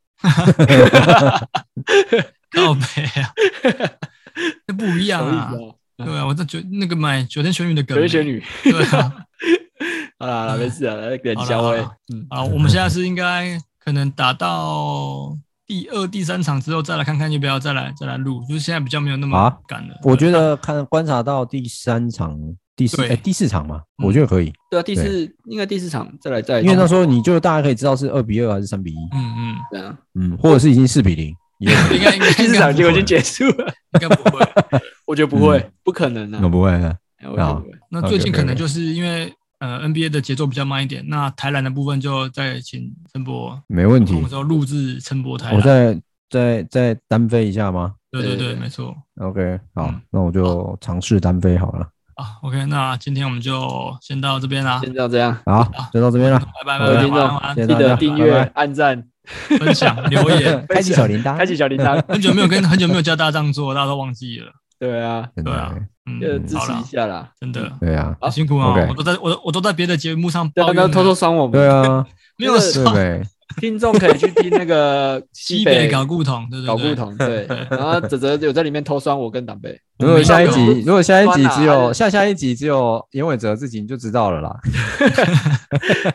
告白啊？ 那不一样啊什么意，思啊对啊，我这九那个买九天玄女的梗九欸，天玄女，对啊，好啦好啦，没事啊，来给好你啦消好微啦。嗯，好，我们现在是应该可能打到第二、第三场之后，再来看看要不要再来再来录，就是现在比较没有那么啊赶了。我对觉得看观察到第三场、第四对哎第四场嘛，嗯我觉得可以，对啊，第四应该第四场再来再来因为那时候你就大家可以知道是二比二还是三比一，嗯嗯，对 啊嗯，或者是已经四比零，也有 可能应该应 该第四场结果已经应结束了，该不会。我觉得不会嗯，不可能我啊，不会啊，哎我觉得不会。那最近 OK，OK，OK 可能就是因为呃 NBA 的节奏比较慢一点，那台篮的部分就再请陈博，没问我题们。之后录制陈博台我篮。再再再单飞一下吗对对对对，对没错。 ？OK，好嗯，那我就尝试单飞好了。啊，OK，那今天我们就先到这边啦，啊先到这样，好，就到这边了，拜拜拜各位拜，听众晚安晚安谢记谢大得家订拜阅拜、按赞、分享留 言，开启小铃铛，开启小铃 铛。很久没有跟很久没有叫大家这样做，大家都忘记了。对啊，真对啊的，就嗯，支好持一了，下啦。真的对啊，嗯很辛苦啊， OK 我都在我都我都在别的节目上对啊，抱不要怨偷偷了，酸我们。对啊，没有对上 呗，听众可以去听那个 西西北北搞故同，对对搞对不同， 对。然后泽泽有在里面偷酸我跟党北，如果下一我集，如果下一集只酸啊有下下一集只有严伟哲自己，你就知道了啦。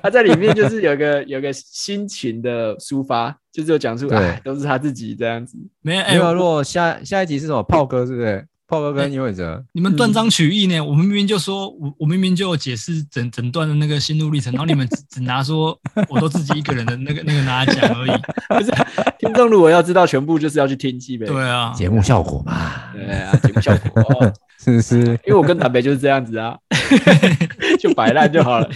他在里面就是有个有个心情的抒发，就是有讲述对哎都是他自己这样子， 没有哎没，啊有，如果下下一集是什么？炮哥是不是？炮哥跟严伟哲，你们嗯断章取义呢？我们明明就说，我我明明就有解释整整段的那个心路历程，然后你们 只只拿说我都自己一个人的那个那个拿来讲而已。听众如果要知道全部，就是要去听西北。对啊，节目效果嘛，对啊，节目效果、哦，是不 是？因为我跟党北就是这样 子啊，就摆烂就好了。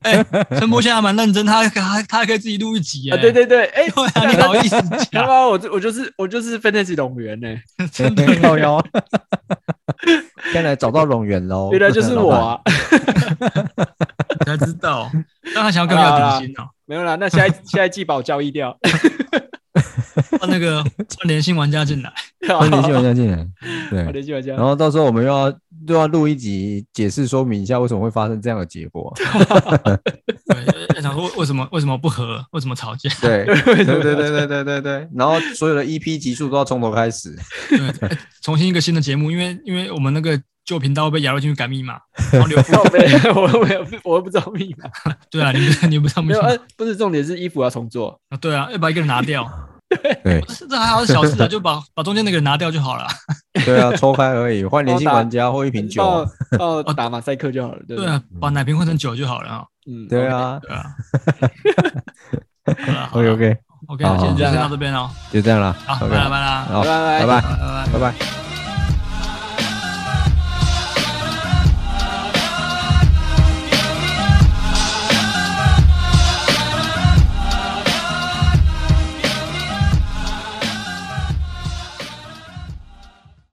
哎，陈柏现在还蛮认真，他他他还可以自己录一集啊，哎。对对对，哎、对啊，你好意思他 讲？妈我就我就是我就是 fantasy 动员呢、真的靠腰，看来找到龙源喽。原来就是我啊。才知道，让他想要更要底薪哦。没有啦，那下一 下一季把我交易掉，换那个换连性玩家进来，好 欢迎新玩家进来。我对，联系玩家然。后到时候我们又要又要录一集，解释说明一下为什么会发生这样的结果。对，想说为什么为什么不和，为什么吵架？对，对对对对对对对。然后所有的 EP 集数都要从头开始。对，哎重新一个新的节目，因为因为我们那个旧频道被亚瑞进去改密码，然后留靠背，我又没 有，我又不知道密码。对啊，你不 你不知道没没有，有呃，不是重点是衣服要重做。啊？对啊，要把一个人拿掉，对，这这还好是小事啊，就把把中间那个人拿掉就好了。 对啊，抽开而已，换帮联我系打玩家或一瓶酒啊。哦，哦打马赛克就好了，对不对对？啊，把奶瓶换成酒就好了啊。嗯，对啊对啊。好了好，OK 了 OK， OK，那今天就先到这边哦。就这样啦好，， OK，拜了拜了，好，拜拜拜拜拜，拜。拜拜。拜拜